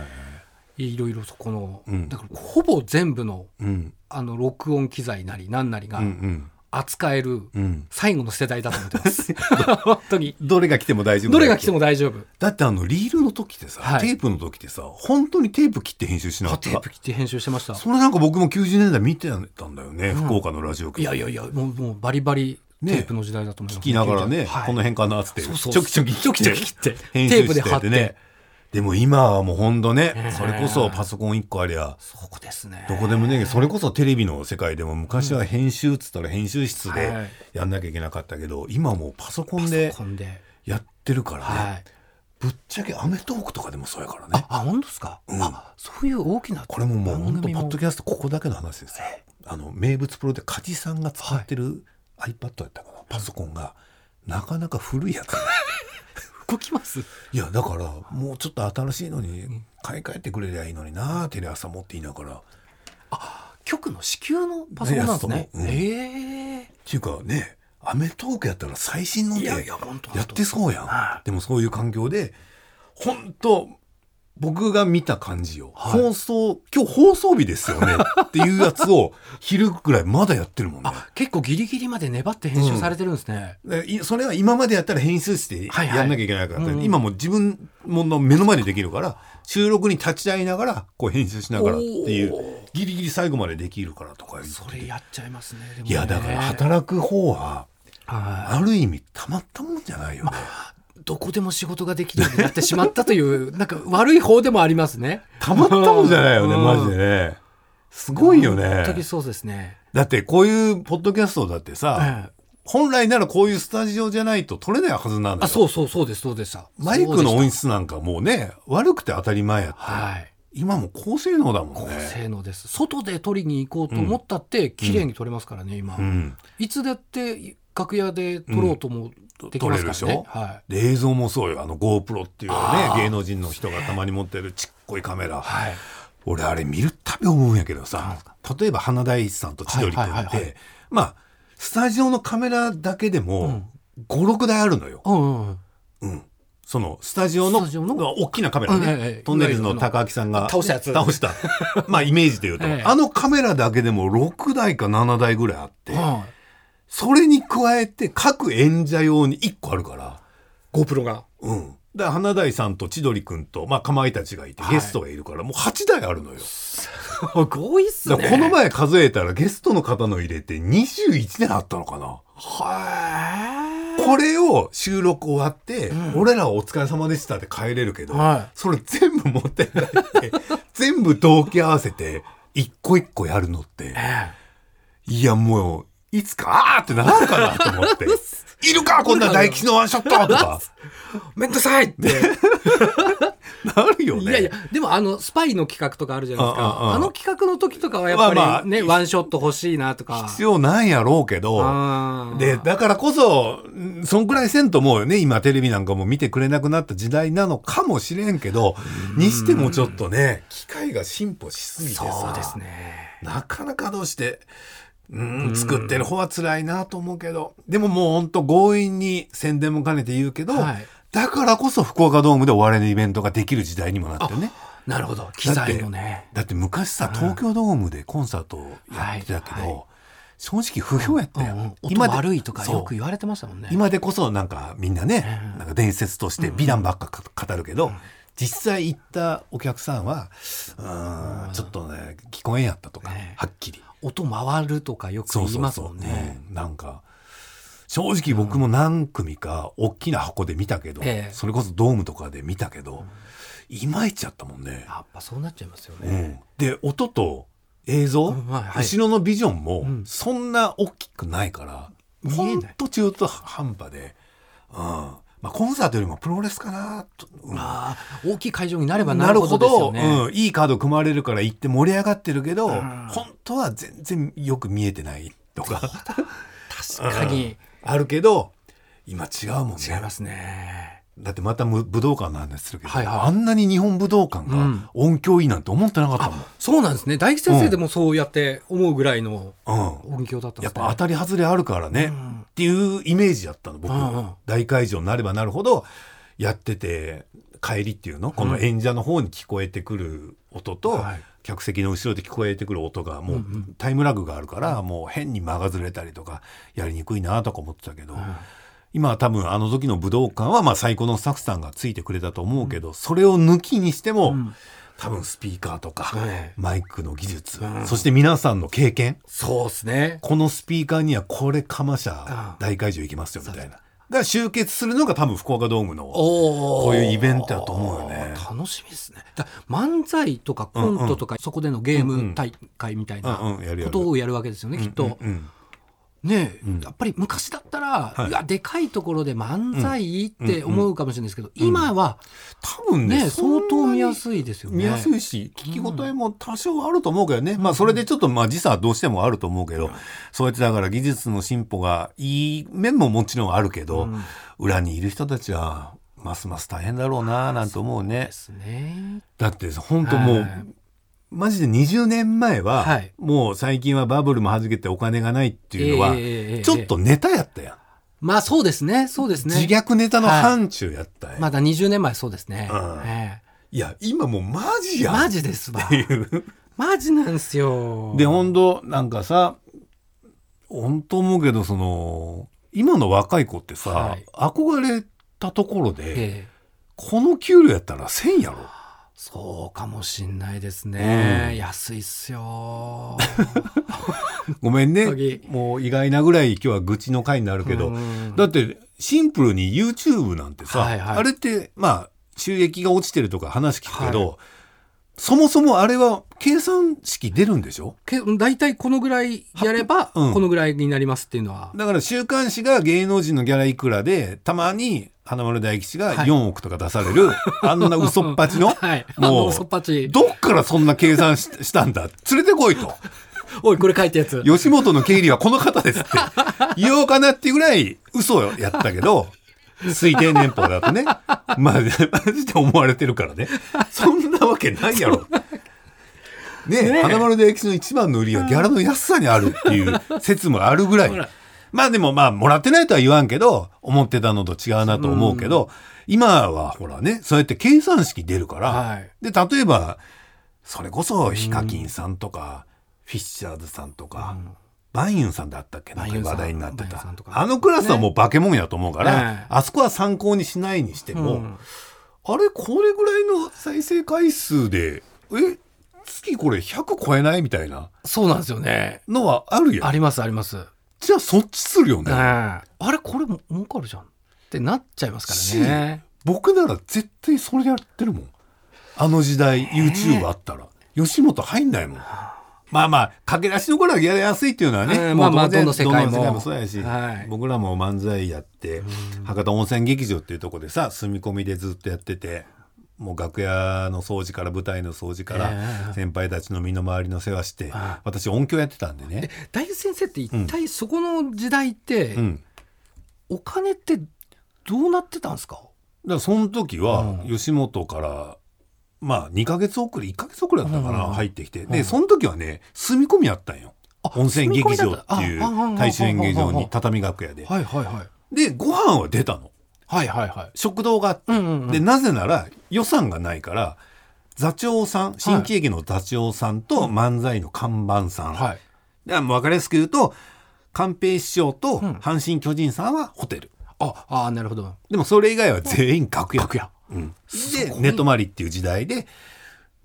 [SPEAKER 1] い
[SPEAKER 2] ろいろそこの、
[SPEAKER 1] うん
[SPEAKER 2] だからほぼ全部の
[SPEAKER 1] うん
[SPEAKER 2] あの録音機材なりなんなりが
[SPEAKER 1] うんうん
[SPEAKER 2] 扱える
[SPEAKER 1] うん
[SPEAKER 2] 最後の世代だと思っ てます、本当に
[SPEAKER 1] どれが来ても大丈夫
[SPEAKER 2] どれが来て
[SPEAKER 1] も
[SPEAKER 2] も大丈夫
[SPEAKER 1] だってあのリールの時ってさ、
[SPEAKER 2] はい
[SPEAKER 1] テープの時ってさ本当にテープ切って編集しなか
[SPEAKER 2] あ
[SPEAKER 1] った
[SPEAKER 2] テープ切って編集してました
[SPEAKER 1] それなんか僕も90年代見てたんだよね、
[SPEAKER 2] ん
[SPEAKER 1] 福岡のラジオ局
[SPEAKER 2] いやいやいやもうもうバリバリ
[SPEAKER 1] ね
[SPEAKER 2] テープの時代だと思いま
[SPEAKER 1] 聞
[SPEAKER 2] す、
[SPEAKER 1] きながらね、
[SPEAKER 2] はい
[SPEAKER 1] この辺かなっつって
[SPEAKER 2] そうそう
[SPEAKER 1] ちょきちょき
[SPEAKER 2] ちょきちょき切って
[SPEAKER 1] 編集
[SPEAKER 2] テープで貼って
[SPEAKER 1] ねでも今はもうほんとね
[SPEAKER 2] ねえ
[SPEAKER 1] それこそパソコン1個ありゃ
[SPEAKER 2] そこですね
[SPEAKER 1] どこでもねそれこそテレビの世界でも昔は編集っつったら編集室で
[SPEAKER 2] はい
[SPEAKER 1] やんなきゃいけなかったけど今もうパソコン
[SPEAKER 2] で
[SPEAKER 1] で
[SPEAKER 2] 込んで、
[SPEAKER 1] やってるからね、
[SPEAKER 2] はい、
[SPEAKER 1] ぶっちゃけ『アメトーーク』とかでもそうやからね
[SPEAKER 2] ああ本当ですか、
[SPEAKER 1] うん
[SPEAKER 2] あそういう大きな
[SPEAKER 1] これももう本当
[SPEAKER 2] 番組
[SPEAKER 1] ポッドキャストここだけの話ですよあの名物プロで梶さんが使ってる iPad やったかな、パソコンがなかなか古いやつ
[SPEAKER 2] 動きます
[SPEAKER 1] いやだからもうちょっと新しいのに買い替えてくれりゃいいのになテレ朝持っていながらっ
[SPEAKER 2] 局の支給のパソコンなんですね
[SPEAKER 1] ねやつともうん
[SPEAKER 2] え
[SPEAKER 1] ていうかね『アメトーーク』やったら最新の
[SPEAKER 2] え
[SPEAKER 1] で
[SPEAKER 2] い
[SPEAKER 1] や
[SPEAKER 2] やいや本当
[SPEAKER 1] ってそうやん、
[SPEAKER 2] は
[SPEAKER 1] でもそういう環境で本当僕が見た感じよ、
[SPEAKER 2] はい
[SPEAKER 1] 放送今日放送日ですよねっていうやつを昼ぐらいまだやってるもんね
[SPEAKER 2] あ結構ギリギリまで粘って編集されてるんですね、
[SPEAKER 1] でいそれは今までやったら編集して
[SPEAKER 2] はいはい
[SPEAKER 1] やんなきゃいけないから、
[SPEAKER 2] うんうん
[SPEAKER 1] 今もう自分もの目の前でできるから収録に立ち会いながらこう編集しながらっていう
[SPEAKER 2] おー
[SPEAKER 1] ギリギリ最後までできるからとか言ってて
[SPEAKER 2] それやっちゃいますねでも
[SPEAKER 1] い
[SPEAKER 2] ね
[SPEAKER 1] やだから働く方は
[SPEAKER 2] は
[SPEAKER 1] ある意味たまったもんじゃないよね、
[SPEAKER 2] いどこでも仕事ができるようになってしまったというなんか悪い方でもありますね
[SPEAKER 1] たまったもんじゃないよね、
[SPEAKER 2] うん
[SPEAKER 1] マジでねすごいよね
[SPEAKER 2] 本当にそうですね
[SPEAKER 1] だってこういうポッドキャストだってさ、
[SPEAKER 2] ええ
[SPEAKER 1] 本来ならこういうスタジオじゃないと撮れないはずなんだよ
[SPEAKER 2] あそうそうそうですそうでした
[SPEAKER 1] マイクの
[SPEAKER 2] そうで
[SPEAKER 1] 音
[SPEAKER 2] し
[SPEAKER 1] 質なんかもうね悪くて当たり前やった
[SPEAKER 2] はい
[SPEAKER 1] 今も高性能だもん
[SPEAKER 2] 高
[SPEAKER 1] ね。
[SPEAKER 2] 性能です外で撮りに行こうと思ったって綺麗に撮れますからね今、
[SPEAKER 1] うん、
[SPEAKER 2] いつだって楽屋で撮ろうともできま
[SPEAKER 1] うん撮れ
[SPEAKER 2] すからね、
[SPEAKER 1] るでしょ
[SPEAKER 2] はい
[SPEAKER 1] で映像もそうよあの GoPro っていう
[SPEAKER 2] あ
[SPEAKER 1] ね
[SPEAKER 2] ー
[SPEAKER 1] 芸能人の人がたまに持ってるちっこいカメラ、
[SPEAKER 2] はい
[SPEAKER 1] 俺あれ見るたび思うんやけど
[SPEAKER 2] なん
[SPEAKER 1] さ
[SPEAKER 2] ですか
[SPEAKER 1] 例えば花大地さんと千鳥くんって、
[SPEAKER 2] はいはいはいは
[SPEAKER 1] まあスタジオのカメラだけでも56台あるのよ、
[SPEAKER 2] うんうんうん
[SPEAKER 1] うん、そのスタジオの
[SPEAKER 2] スタジオの
[SPEAKER 1] 大きなカメラね、
[SPEAKER 2] うんええええ
[SPEAKER 1] トンネルズの高明さんが
[SPEAKER 2] 倒したやつ
[SPEAKER 1] 倒 したまあイメージで言うと、
[SPEAKER 2] ええ
[SPEAKER 1] あのカメラだけでも6台か7台ぐらいあって、
[SPEAKER 2] は
[SPEAKER 1] それに加えて各演者用に1個あるから。
[SPEAKER 2] い、GoPro が
[SPEAKER 1] うん。だから花大さんと千鳥くんと、まあ、かまいたちがいて、
[SPEAKER 2] はい
[SPEAKER 1] ゲストがいるから、もう8台あるのよ。
[SPEAKER 2] すごいっす
[SPEAKER 1] だ
[SPEAKER 2] ね
[SPEAKER 1] からこの前数えたら、ゲストの方の入れて21台あったのかな。
[SPEAKER 2] は
[SPEAKER 1] これを収録終わって、
[SPEAKER 2] うん
[SPEAKER 1] 俺らはお疲れ様でしたって帰れるけ
[SPEAKER 2] い
[SPEAKER 1] ど、
[SPEAKER 2] は
[SPEAKER 1] それ全部持って帰って、全部同期合わせて、一個一個やるのって
[SPEAKER 2] い、え
[SPEAKER 1] いやもう、いつか、あーってなるかなと思 って、いるかこんな大吉のワンショットとか、
[SPEAKER 2] えめんどくさいって
[SPEAKER 1] なるよね。
[SPEAKER 2] いやいやでもあのスパイの企画とかあるじゃないですか
[SPEAKER 1] あああ
[SPEAKER 2] あの企画の時とかはやっぱりね、
[SPEAKER 1] まあまあ
[SPEAKER 2] ワンショット欲しいなとか
[SPEAKER 1] 必要なんやろうけど、
[SPEAKER 2] あー
[SPEAKER 1] で、だからこそ、んそんくらいせんと思うよね。今テレビなんかも見てくれなくなった時代なのかもしれんけど、にしてもちょっとね、機械が進歩しすぎて
[SPEAKER 2] そ
[SPEAKER 1] さ
[SPEAKER 2] う、ですね
[SPEAKER 1] なかなかどうして、うん、作ってる方は辛いなと思うけど、でももうほんと強引に宣伝も兼ねて言うけど、
[SPEAKER 2] はい
[SPEAKER 1] だからこそ福岡ドームで終わりのイベントができる時代にもなってね。
[SPEAKER 2] なるほど機材のね
[SPEAKER 1] だって昔さ、東京ドームでコンサートやってたけど、
[SPEAKER 2] はいはい
[SPEAKER 1] 正直不評やったよ。
[SPEAKER 2] うんうん音
[SPEAKER 1] 今で
[SPEAKER 2] 悪いとか
[SPEAKER 1] そう
[SPEAKER 2] よく言われてましたもんね
[SPEAKER 1] 今でこそなんかみんなね、
[SPEAKER 2] うん
[SPEAKER 1] なんか伝説として美談ばっか語るけど、実際行ったお客さんは、うーん、ちょっとね、聞こえんやったとか、
[SPEAKER 2] ね
[SPEAKER 1] はっきり。
[SPEAKER 2] 音回るとかよく
[SPEAKER 1] そう
[SPEAKER 2] 言い
[SPEAKER 1] そう
[SPEAKER 2] ます
[SPEAKER 1] そ
[SPEAKER 2] も
[SPEAKER 1] う。
[SPEAKER 2] んね。
[SPEAKER 1] うんなんか、正直僕も何組か大きな箱で見たけど、
[SPEAKER 2] ええ
[SPEAKER 1] それこそドームとかで見たけど、いまいちやったもんね。
[SPEAKER 2] やっぱそうなっちゃいますよ
[SPEAKER 1] う
[SPEAKER 2] ね。
[SPEAKER 1] ん、で、音と映像、
[SPEAKER 2] うんはいはい
[SPEAKER 1] 後ろのビジョンも
[SPEAKER 2] ん
[SPEAKER 1] そんな大きくないから、
[SPEAKER 2] 見
[SPEAKER 1] ほ
[SPEAKER 2] え
[SPEAKER 1] ん
[SPEAKER 2] ない
[SPEAKER 1] と中途半端で、うんまあ、コンサートよりもプロレスかなと、うん
[SPEAKER 2] ああ、大きい会場になればなるほどですよ
[SPEAKER 1] なるほ
[SPEAKER 2] ね。
[SPEAKER 1] どうん、いいカード組まれるから行って盛り上がってるけど、
[SPEAKER 2] ん
[SPEAKER 1] 本当は全然よく見えてないとか
[SPEAKER 2] 確かに
[SPEAKER 1] あるけど今違うもんね
[SPEAKER 2] 違いますね。
[SPEAKER 1] だってまたむ武道館の話するけど、
[SPEAKER 2] はいはい
[SPEAKER 1] あんなに日本武道館
[SPEAKER 2] う
[SPEAKER 1] が
[SPEAKER 2] ん
[SPEAKER 1] 音響いいなんて思ってなかったもん。
[SPEAKER 2] そうなんですね大吉先生でもそうやって思うぐらいの
[SPEAKER 1] うん
[SPEAKER 2] 音響だったんで
[SPEAKER 1] やっ
[SPEAKER 2] すね、
[SPEAKER 1] ぱ当たり外れあるからね、
[SPEAKER 2] うん
[SPEAKER 1] っていうイメージだったの僕、
[SPEAKER 2] うんうん
[SPEAKER 1] 大会場になればなるほどやってて帰りっていうのこの演者の方に聞こえてくる音と、
[SPEAKER 2] はい
[SPEAKER 1] 客席の後ろで聞こえてくる音がもうタイムラグがあるから、もう変に間がずれたりとかやりにくいなとか思ってたけど、今は多分あの時の武道館はまあ最高のスタッフさんがついてくれたと思うけど、それを抜きにしても、多分スピーカーとか、
[SPEAKER 2] はい
[SPEAKER 1] マイクの技術、
[SPEAKER 2] うん
[SPEAKER 1] そして皆さんの経験、
[SPEAKER 2] そうですね
[SPEAKER 1] このスピーカーにはこれかまし
[SPEAKER 2] あ
[SPEAKER 1] ゃ
[SPEAKER 2] あ
[SPEAKER 1] 大会場行きますよみたいな。が集結するのが多分福岡ドームの。
[SPEAKER 2] おー
[SPEAKER 1] こういうイベントやと思うよね
[SPEAKER 2] 楽しみですねだ漫才とかコントとか、そこでのゲーム大会みたい
[SPEAKER 1] うん
[SPEAKER 2] な
[SPEAKER 1] うんやるやる
[SPEAKER 2] ことをやるわけですよね、きっと、
[SPEAKER 1] うんうん
[SPEAKER 2] ねえ、やっぱり昔だったら、
[SPEAKER 1] い
[SPEAKER 2] い、やでかいところで漫才って思うかもしれないですけど、今は
[SPEAKER 1] 多分ね
[SPEAKER 2] ね、相当見や
[SPEAKER 1] い。
[SPEAKER 2] すいですよね
[SPEAKER 1] 見やすいし、聞き応えも多少あると思うけどね。まあそれでちょっとまあ時差はどうしてもあると思うけど、そうやってだから技術の進歩がいい面ももちろんあるけど、裏にいる人たちはますます大変だろうななんて思うね
[SPEAKER 2] で。すね
[SPEAKER 1] だってさ本当もう、
[SPEAKER 2] はい
[SPEAKER 1] マジで20年前は、
[SPEAKER 2] はい
[SPEAKER 1] もう最近はバブルもはじけてお金がないっていうのは、
[SPEAKER 2] ええええええ
[SPEAKER 1] ちょっとネタやったやん、
[SPEAKER 2] まあそうですねそうですね
[SPEAKER 1] 自虐ネタの範疇やったやん、
[SPEAKER 2] まだ20年前そうですね、
[SPEAKER 1] うん
[SPEAKER 2] え
[SPEAKER 1] いや今もうマジ
[SPEAKER 2] え
[SPEAKER 1] やん
[SPEAKER 2] マジですわ
[SPEAKER 1] っていう
[SPEAKER 2] マジなんですよ
[SPEAKER 1] で本当なんかさ本当思うけどその今の若い子ってさ、
[SPEAKER 2] はい
[SPEAKER 1] 憧れたところで、
[SPEAKER 2] ええ
[SPEAKER 1] この給料やったら1000やろ
[SPEAKER 2] そうかもしんないですね。
[SPEAKER 1] うん
[SPEAKER 2] 安いっすよ。
[SPEAKER 1] ごめん
[SPEAKER 2] 本当
[SPEAKER 1] ね
[SPEAKER 2] に
[SPEAKER 1] もう意外なぐらい今日は愚痴の回になるけど、
[SPEAKER 2] う ん
[SPEAKER 1] だってシンプルに YouTube なんてさ、
[SPEAKER 2] はいはい
[SPEAKER 1] あれってまあ収益が落ちてるとか話聞くけど、そもそもあれは計算式出るんでしょ
[SPEAKER 2] け大体このぐらいやれば、
[SPEAKER 1] うん
[SPEAKER 2] このぐらいになりますっていうのは。
[SPEAKER 1] だから週刊誌が芸能人のギャラいくらでたまに花丸大吉が
[SPEAKER 2] はい
[SPEAKER 1] 4億とか出される、あんな嘘っぱちの、
[SPEAKER 2] はい。
[SPEAKER 1] も
[SPEAKER 2] も
[SPEAKER 1] う
[SPEAKER 2] う、そっぱち。
[SPEAKER 1] どっからそんな計算ししたんだ連れてこいと
[SPEAKER 2] おい、これ書いたやつ。
[SPEAKER 1] 吉本の経理はこの方 ですって言おうかなっていうぐらい嘘をやったけど、推定年俸だとね、まあ、マジで思われてるからね。そんなわけないやろ。ねえ、
[SPEAKER 2] ねえ
[SPEAKER 1] 花丸大吉の一番の売りはギャラの安さにあるっていう説もあるぐらい
[SPEAKER 2] ほら。
[SPEAKER 1] まあでもまあ、もらってないとは言わんけど、思ってたのと違うなと思うけど、今はほらね、そうやって計算式出るから、
[SPEAKER 2] はい
[SPEAKER 1] で、例えば、それこそヒカキンさんとか、フィッシャーズさんとか、バイユンさんだったっけな
[SPEAKER 2] バ
[SPEAKER 1] ん
[SPEAKER 2] イ
[SPEAKER 1] か
[SPEAKER 2] ユンさん
[SPEAKER 1] 話題になって
[SPEAKER 2] バイユンさ
[SPEAKER 1] た
[SPEAKER 2] んと。か
[SPEAKER 1] あのクラスはもう化け物やと思うから、
[SPEAKER 2] ね
[SPEAKER 1] あそこは参考にしないにしても、
[SPEAKER 2] うん
[SPEAKER 1] あれ、これぐらいの再生回数で、え、月これ100超えないみたいな
[SPEAKER 2] そうなんですよね。
[SPEAKER 1] のはあるや
[SPEAKER 2] あ
[SPEAKER 1] ん。
[SPEAKER 2] ります、あります。ね
[SPEAKER 1] じゃあそっちするよ
[SPEAKER 2] え
[SPEAKER 1] ね。
[SPEAKER 2] あれ、これも儲かるじゃん。ってなっちゃいますからね。
[SPEAKER 1] 僕なら絶対それやってるもんあの時代 YouTube あったら吉本入んないもんまあまあ駆け出しの頃はやりやすいっていうのはね、
[SPEAKER 2] うん
[SPEAKER 1] もう
[SPEAKER 2] まあまあ
[SPEAKER 1] 当然
[SPEAKER 2] どの世界も
[SPEAKER 1] どのそうやし、
[SPEAKER 2] はい
[SPEAKER 1] 僕らも漫才やって博多温泉劇場っていうとこでさ住み込みでずっとやっててもう楽屋の掃除から舞台の掃除か
[SPEAKER 2] え
[SPEAKER 1] ら先輩たちの身の回りの世話して私音響やってたんでね、
[SPEAKER 2] 大吉先生って一体そこの時代って、
[SPEAKER 1] うん、
[SPEAKER 2] お金ってどうなってたんですか
[SPEAKER 1] だからその時は吉本から、まあ2ヶ月遅れ1ヶ月遅れだったかな、入ってきてでその時はね住み込みやったんよ温泉劇場っていう
[SPEAKER 2] 住み込みだったああああ
[SPEAKER 1] 大衆演芸場
[SPEAKER 2] あああ
[SPEAKER 1] に
[SPEAKER 2] あ
[SPEAKER 1] 畳楽屋で
[SPEAKER 2] はいはいはい。
[SPEAKER 1] でご飯は出たの
[SPEAKER 2] はいはいはい。
[SPEAKER 1] 食堂があって、
[SPEAKER 2] うんうんうん
[SPEAKER 1] でなぜなら予算がないから座長さん新喜劇の座長さんと漫才の看板さん、
[SPEAKER 2] はい。
[SPEAKER 1] で分かりやすく言うと寛平師匠と阪神・巨人さんはホテル、
[SPEAKER 2] あ、あーなるほど。
[SPEAKER 1] でもそれ以外は全員楽屋
[SPEAKER 2] 楽屋。
[SPEAKER 1] うん、で寝泊まりっていう時代で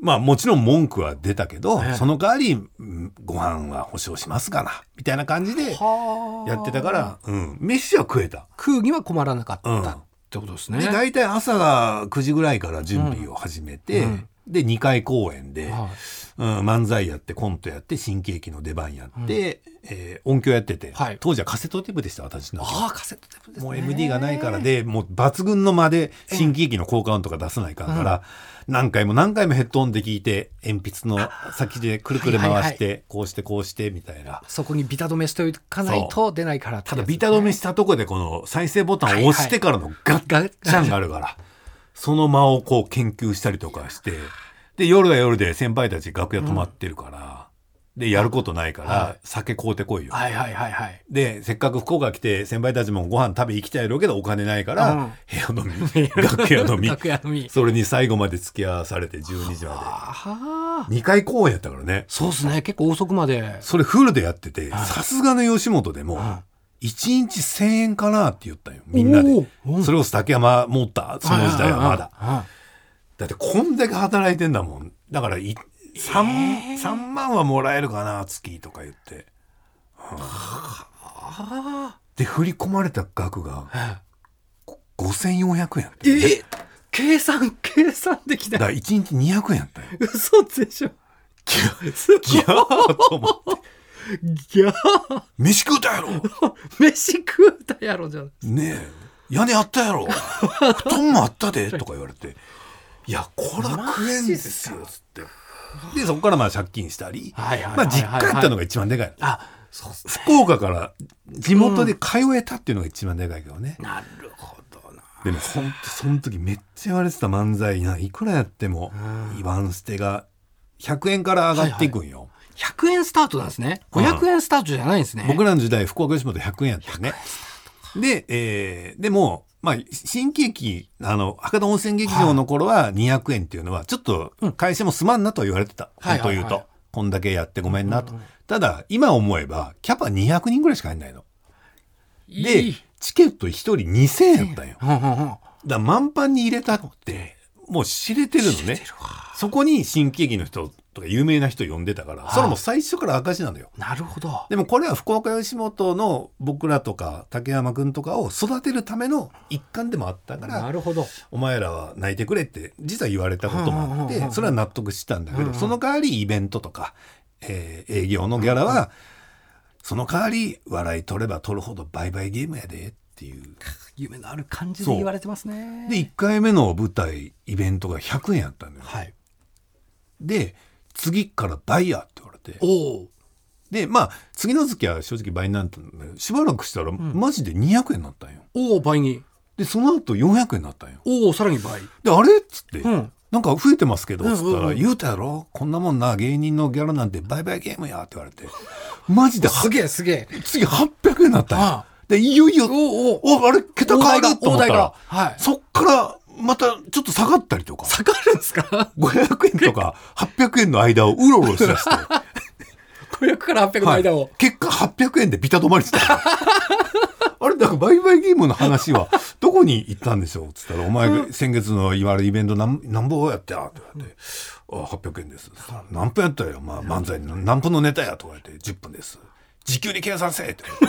[SPEAKER 1] まあもちろん文句は出たけど、
[SPEAKER 2] ね
[SPEAKER 1] その代わりうんご飯は保証しますからみたいな感じで
[SPEAKER 2] はあ
[SPEAKER 1] やってたから、うん、飯は食えた。
[SPEAKER 2] 空には困らなかっ
[SPEAKER 1] うん
[SPEAKER 2] たってことですね。
[SPEAKER 1] で大体朝が9時ぐらいから準備を始めて、
[SPEAKER 2] うん
[SPEAKER 1] で2回公演で、
[SPEAKER 2] はい
[SPEAKER 1] うん、漫才やってコントやって新喜劇の出番やって、えー音響やってて、
[SPEAKER 2] はい
[SPEAKER 1] 当時はカセットテープでした私の時は
[SPEAKER 2] ああカセットテープですね
[SPEAKER 1] もう MD がないからでもう抜群の間で新喜劇の効果音とか出さないかんから、何回も何回もヘッドホンで聞いて鉛筆の先でくるくる回して、
[SPEAKER 2] はいはい
[SPEAKER 1] こうしてこうしてみたいな。
[SPEAKER 2] そこにビタ止めしておかないと出ないからって
[SPEAKER 1] た
[SPEAKER 2] や
[SPEAKER 1] だ
[SPEAKER 2] つですね
[SPEAKER 1] ビタ止めしたとこでこの再生ボタンを押してからのガッガッチャンがあるから、その間をこう研究したりとかして、で、夜は夜で先輩たち楽屋泊まってるから、で、やることないから
[SPEAKER 2] は、
[SPEAKER 1] 酒買うてこいよ。
[SPEAKER 2] はいはいはいはい
[SPEAKER 1] で、せっかく福岡来て、先輩たちもご飯食べ行きたいろうけどお金ないから、
[SPEAKER 2] うん
[SPEAKER 1] 部屋飲 み、楽屋飲み、
[SPEAKER 2] 楽屋飲み
[SPEAKER 1] それに最後まで付き合わされて12時ま
[SPEAKER 2] あは
[SPEAKER 1] で。2回公演やったからね。
[SPEAKER 2] そうですね結構遅くまで
[SPEAKER 1] それフルでやってて、さすがの吉本でも、
[SPEAKER 2] ん
[SPEAKER 1] 1日1000円かなって言ったんよ、みんなで
[SPEAKER 2] おーう。ん
[SPEAKER 1] それこそ竹山持った、その時代はまだ。
[SPEAKER 2] だ
[SPEAKER 1] だってこんだけ働いてんだもん。だからい、3、三万はもらえるかな、月とか言って。で、振り込まれた額が、5400円やったよね
[SPEAKER 2] え計算計算でき
[SPEAKER 1] だ
[SPEAKER 2] な
[SPEAKER 1] か
[SPEAKER 2] い
[SPEAKER 1] ら1日200円やったよ。
[SPEAKER 2] 嘘でしょすごい
[SPEAKER 1] ギャーと思って。
[SPEAKER 2] ギャー
[SPEAKER 1] 飯食うたやろ
[SPEAKER 2] 飯食うたやろじゃん
[SPEAKER 1] ねえ屋根あったやろ布団もあった でとか言われて「いやこら食えんですよ」つってでそこからまあ借金したり
[SPEAKER 2] はいはいはいはい
[SPEAKER 1] まあ実家やったのが一番でかい
[SPEAKER 2] あそうっす
[SPEAKER 1] 福岡から地元で通えたっていうのが一番でかいけどね、
[SPEAKER 2] なるほどな
[SPEAKER 1] でもほんとその時めっちゃ言われてた漫才ないくらやっても
[SPEAKER 2] うん
[SPEAKER 1] イワンステが100円から上がっていくんよ、
[SPEAKER 2] 100円スタートなんですね
[SPEAKER 1] うん
[SPEAKER 2] 500円スタートじゃないんですね
[SPEAKER 1] 僕らの時代福岡吉本100円やったよね。で、えーでも、まあ、新喜劇、あの、博多温泉劇場の頃は200円っていうのは、ちょっと会社もすまんなとは言われてた。
[SPEAKER 2] は
[SPEAKER 1] 本
[SPEAKER 2] い
[SPEAKER 1] 当言う
[SPEAKER 2] はいはい
[SPEAKER 1] と。こんだけやってごめんなと
[SPEAKER 2] うんうんうん。
[SPEAKER 1] ただ、今思えば、キャパ200人ぐらいしか入んないの。
[SPEAKER 2] い
[SPEAKER 1] で
[SPEAKER 2] い、
[SPEAKER 1] チケット1人2000円やったんよ。だか
[SPEAKER 2] うんうんうん
[SPEAKER 1] ら満帆に入れたって、もう知れてるのね。そこに新喜劇の人とか有名な人呼んでたから、
[SPEAKER 2] い
[SPEAKER 1] それも最初から赤字なのよ。
[SPEAKER 2] なるほど
[SPEAKER 1] でもこれは福岡吉本の僕らとか竹山くんとかを育てるための一環でもあったか
[SPEAKER 2] な
[SPEAKER 1] ら、
[SPEAKER 2] るほど
[SPEAKER 1] お前らは泣いてくれって実は言われたこともあっ
[SPEAKER 2] うんうんうんう
[SPEAKER 1] て、
[SPEAKER 2] ん
[SPEAKER 1] それは納得したんだけ
[SPEAKER 2] うん
[SPEAKER 1] ど、
[SPEAKER 2] うん
[SPEAKER 1] その代わりイベントとか、えー営業のギャラは、その代わり笑い取れば取るほど売買ゲームやでっていう。
[SPEAKER 2] 夢のある感じ
[SPEAKER 1] そう
[SPEAKER 2] で言われてますね
[SPEAKER 1] で、1回目の舞台、イベントが100円やったんだよ。
[SPEAKER 2] はい
[SPEAKER 1] で、次から倍やって言われて
[SPEAKER 2] お。お
[SPEAKER 1] で、まあ、次の月は正直倍になったんだけど、しばらくしたらマジで200円になったんよ。
[SPEAKER 2] おお倍に
[SPEAKER 1] で、その後400円になったんよ。
[SPEAKER 2] おおさらに倍
[SPEAKER 1] で、あれっつって、
[SPEAKER 2] うん
[SPEAKER 1] なんか増えてますけど、
[SPEAKER 2] うん
[SPEAKER 1] つったら、
[SPEAKER 2] うんうん
[SPEAKER 1] 言うたやろこんなもんな、芸人のギャラなんて売買ゲームやって言われて、マジで、
[SPEAKER 2] すげえすげえ
[SPEAKER 1] 次800円になったん
[SPEAKER 2] あ
[SPEAKER 1] よ
[SPEAKER 2] あ。
[SPEAKER 1] で、いよいよ、
[SPEAKER 2] おお
[SPEAKER 1] お、あれ、桁変わると思ったら、
[SPEAKER 2] 大台がはい
[SPEAKER 1] そっから、また、ちょっと下がったりとか、
[SPEAKER 2] 下がるんですか
[SPEAKER 1] 500円とか800円の間をうろうろしだして、
[SPEAKER 2] 500から800の
[SPEAKER 1] はい
[SPEAKER 2] 間を、
[SPEAKER 1] 結果800円でビタ止まりしてた。あれ、だから、売買ゲームの話は、どこに行ったんでしょうつったら、お前が、先月の言われるイベントなん、なんぼやったやって言われて、あ、800円です。何分やったよ、まあ、漫才の、何分のネタやとか言われて、10分です。時給に計算せえって言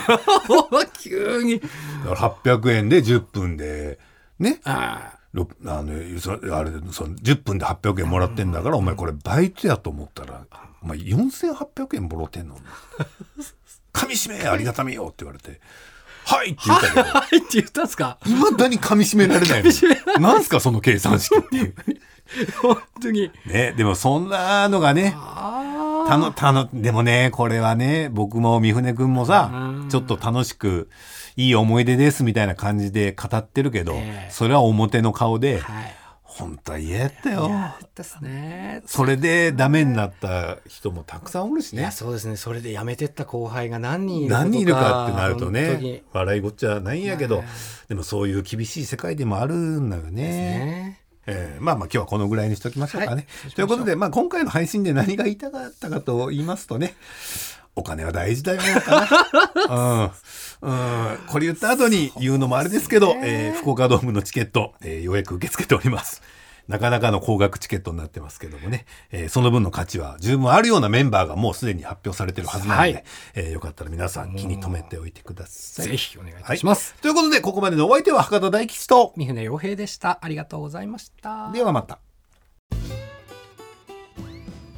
[SPEAKER 1] われて。
[SPEAKER 2] 急に
[SPEAKER 1] だから、800円で10分で、ね。
[SPEAKER 2] あ
[SPEAKER 1] ろあのそあれその10分で800円もらってんだから、お前これバイトやと思ったらお前4800円もろ てんの噛み締めありがたみよって言われて「はい」って言ったけど
[SPEAKER 2] はいって言ったんですか
[SPEAKER 1] いまだに噛み締められないの
[SPEAKER 2] 噛み締められ
[SPEAKER 1] なんすかその計算式って いう
[SPEAKER 2] 本当に
[SPEAKER 1] ねでもそんなのがね
[SPEAKER 2] あ
[SPEAKER 1] たのたのでもねこれはね僕も三船君もさ
[SPEAKER 2] うん
[SPEAKER 1] ちょっと楽しくいい思い出ですみたいな感じで語ってるけど、
[SPEAKER 2] ええ
[SPEAKER 1] それは表の顔で、
[SPEAKER 2] はい
[SPEAKER 1] 本当は嫌やったよ。
[SPEAKER 2] ですね
[SPEAKER 1] それでダメになった人もたくさんおるし
[SPEAKER 2] い
[SPEAKER 1] ね
[SPEAKER 2] や。そうですねそれで辞めてった後輩が何人いる
[SPEAKER 1] 何人いるかってなると
[SPEAKER 2] 本当に
[SPEAKER 1] ね、笑いごっちゃないんやけ
[SPEAKER 2] は
[SPEAKER 1] ど
[SPEAKER 2] い、
[SPEAKER 1] でもそういう厳しい世界でもあるんだよね。
[SPEAKER 2] ね
[SPEAKER 1] えーまあまあ今日はこのぐらいにしときましょうかね。
[SPEAKER 2] はいそうしましょう
[SPEAKER 1] ということで、まあ今回の配信で何が言いたかったかと言いますとね、お金は大事だよ な。うん。うん。これ言った後に言うのもあれですけど、えー福岡ドームのチケット、えーようやく受け付けております。なかなかの高額チケットになってますけどもね、えーその分の価値は十分あるようなメンバーがもうすでに発表されてるはずなので、
[SPEAKER 2] はい
[SPEAKER 1] えーよかったら皆さん気に留めておいてください。
[SPEAKER 2] ぜひお願いい
[SPEAKER 1] は
[SPEAKER 2] た
[SPEAKER 1] い。
[SPEAKER 2] します、
[SPEAKER 1] ということで、ここまでのお相手は博多大吉と、
[SPEAKER 2] 三船洋平でしたありがとうございました
[SPEAKER 1] ではまた。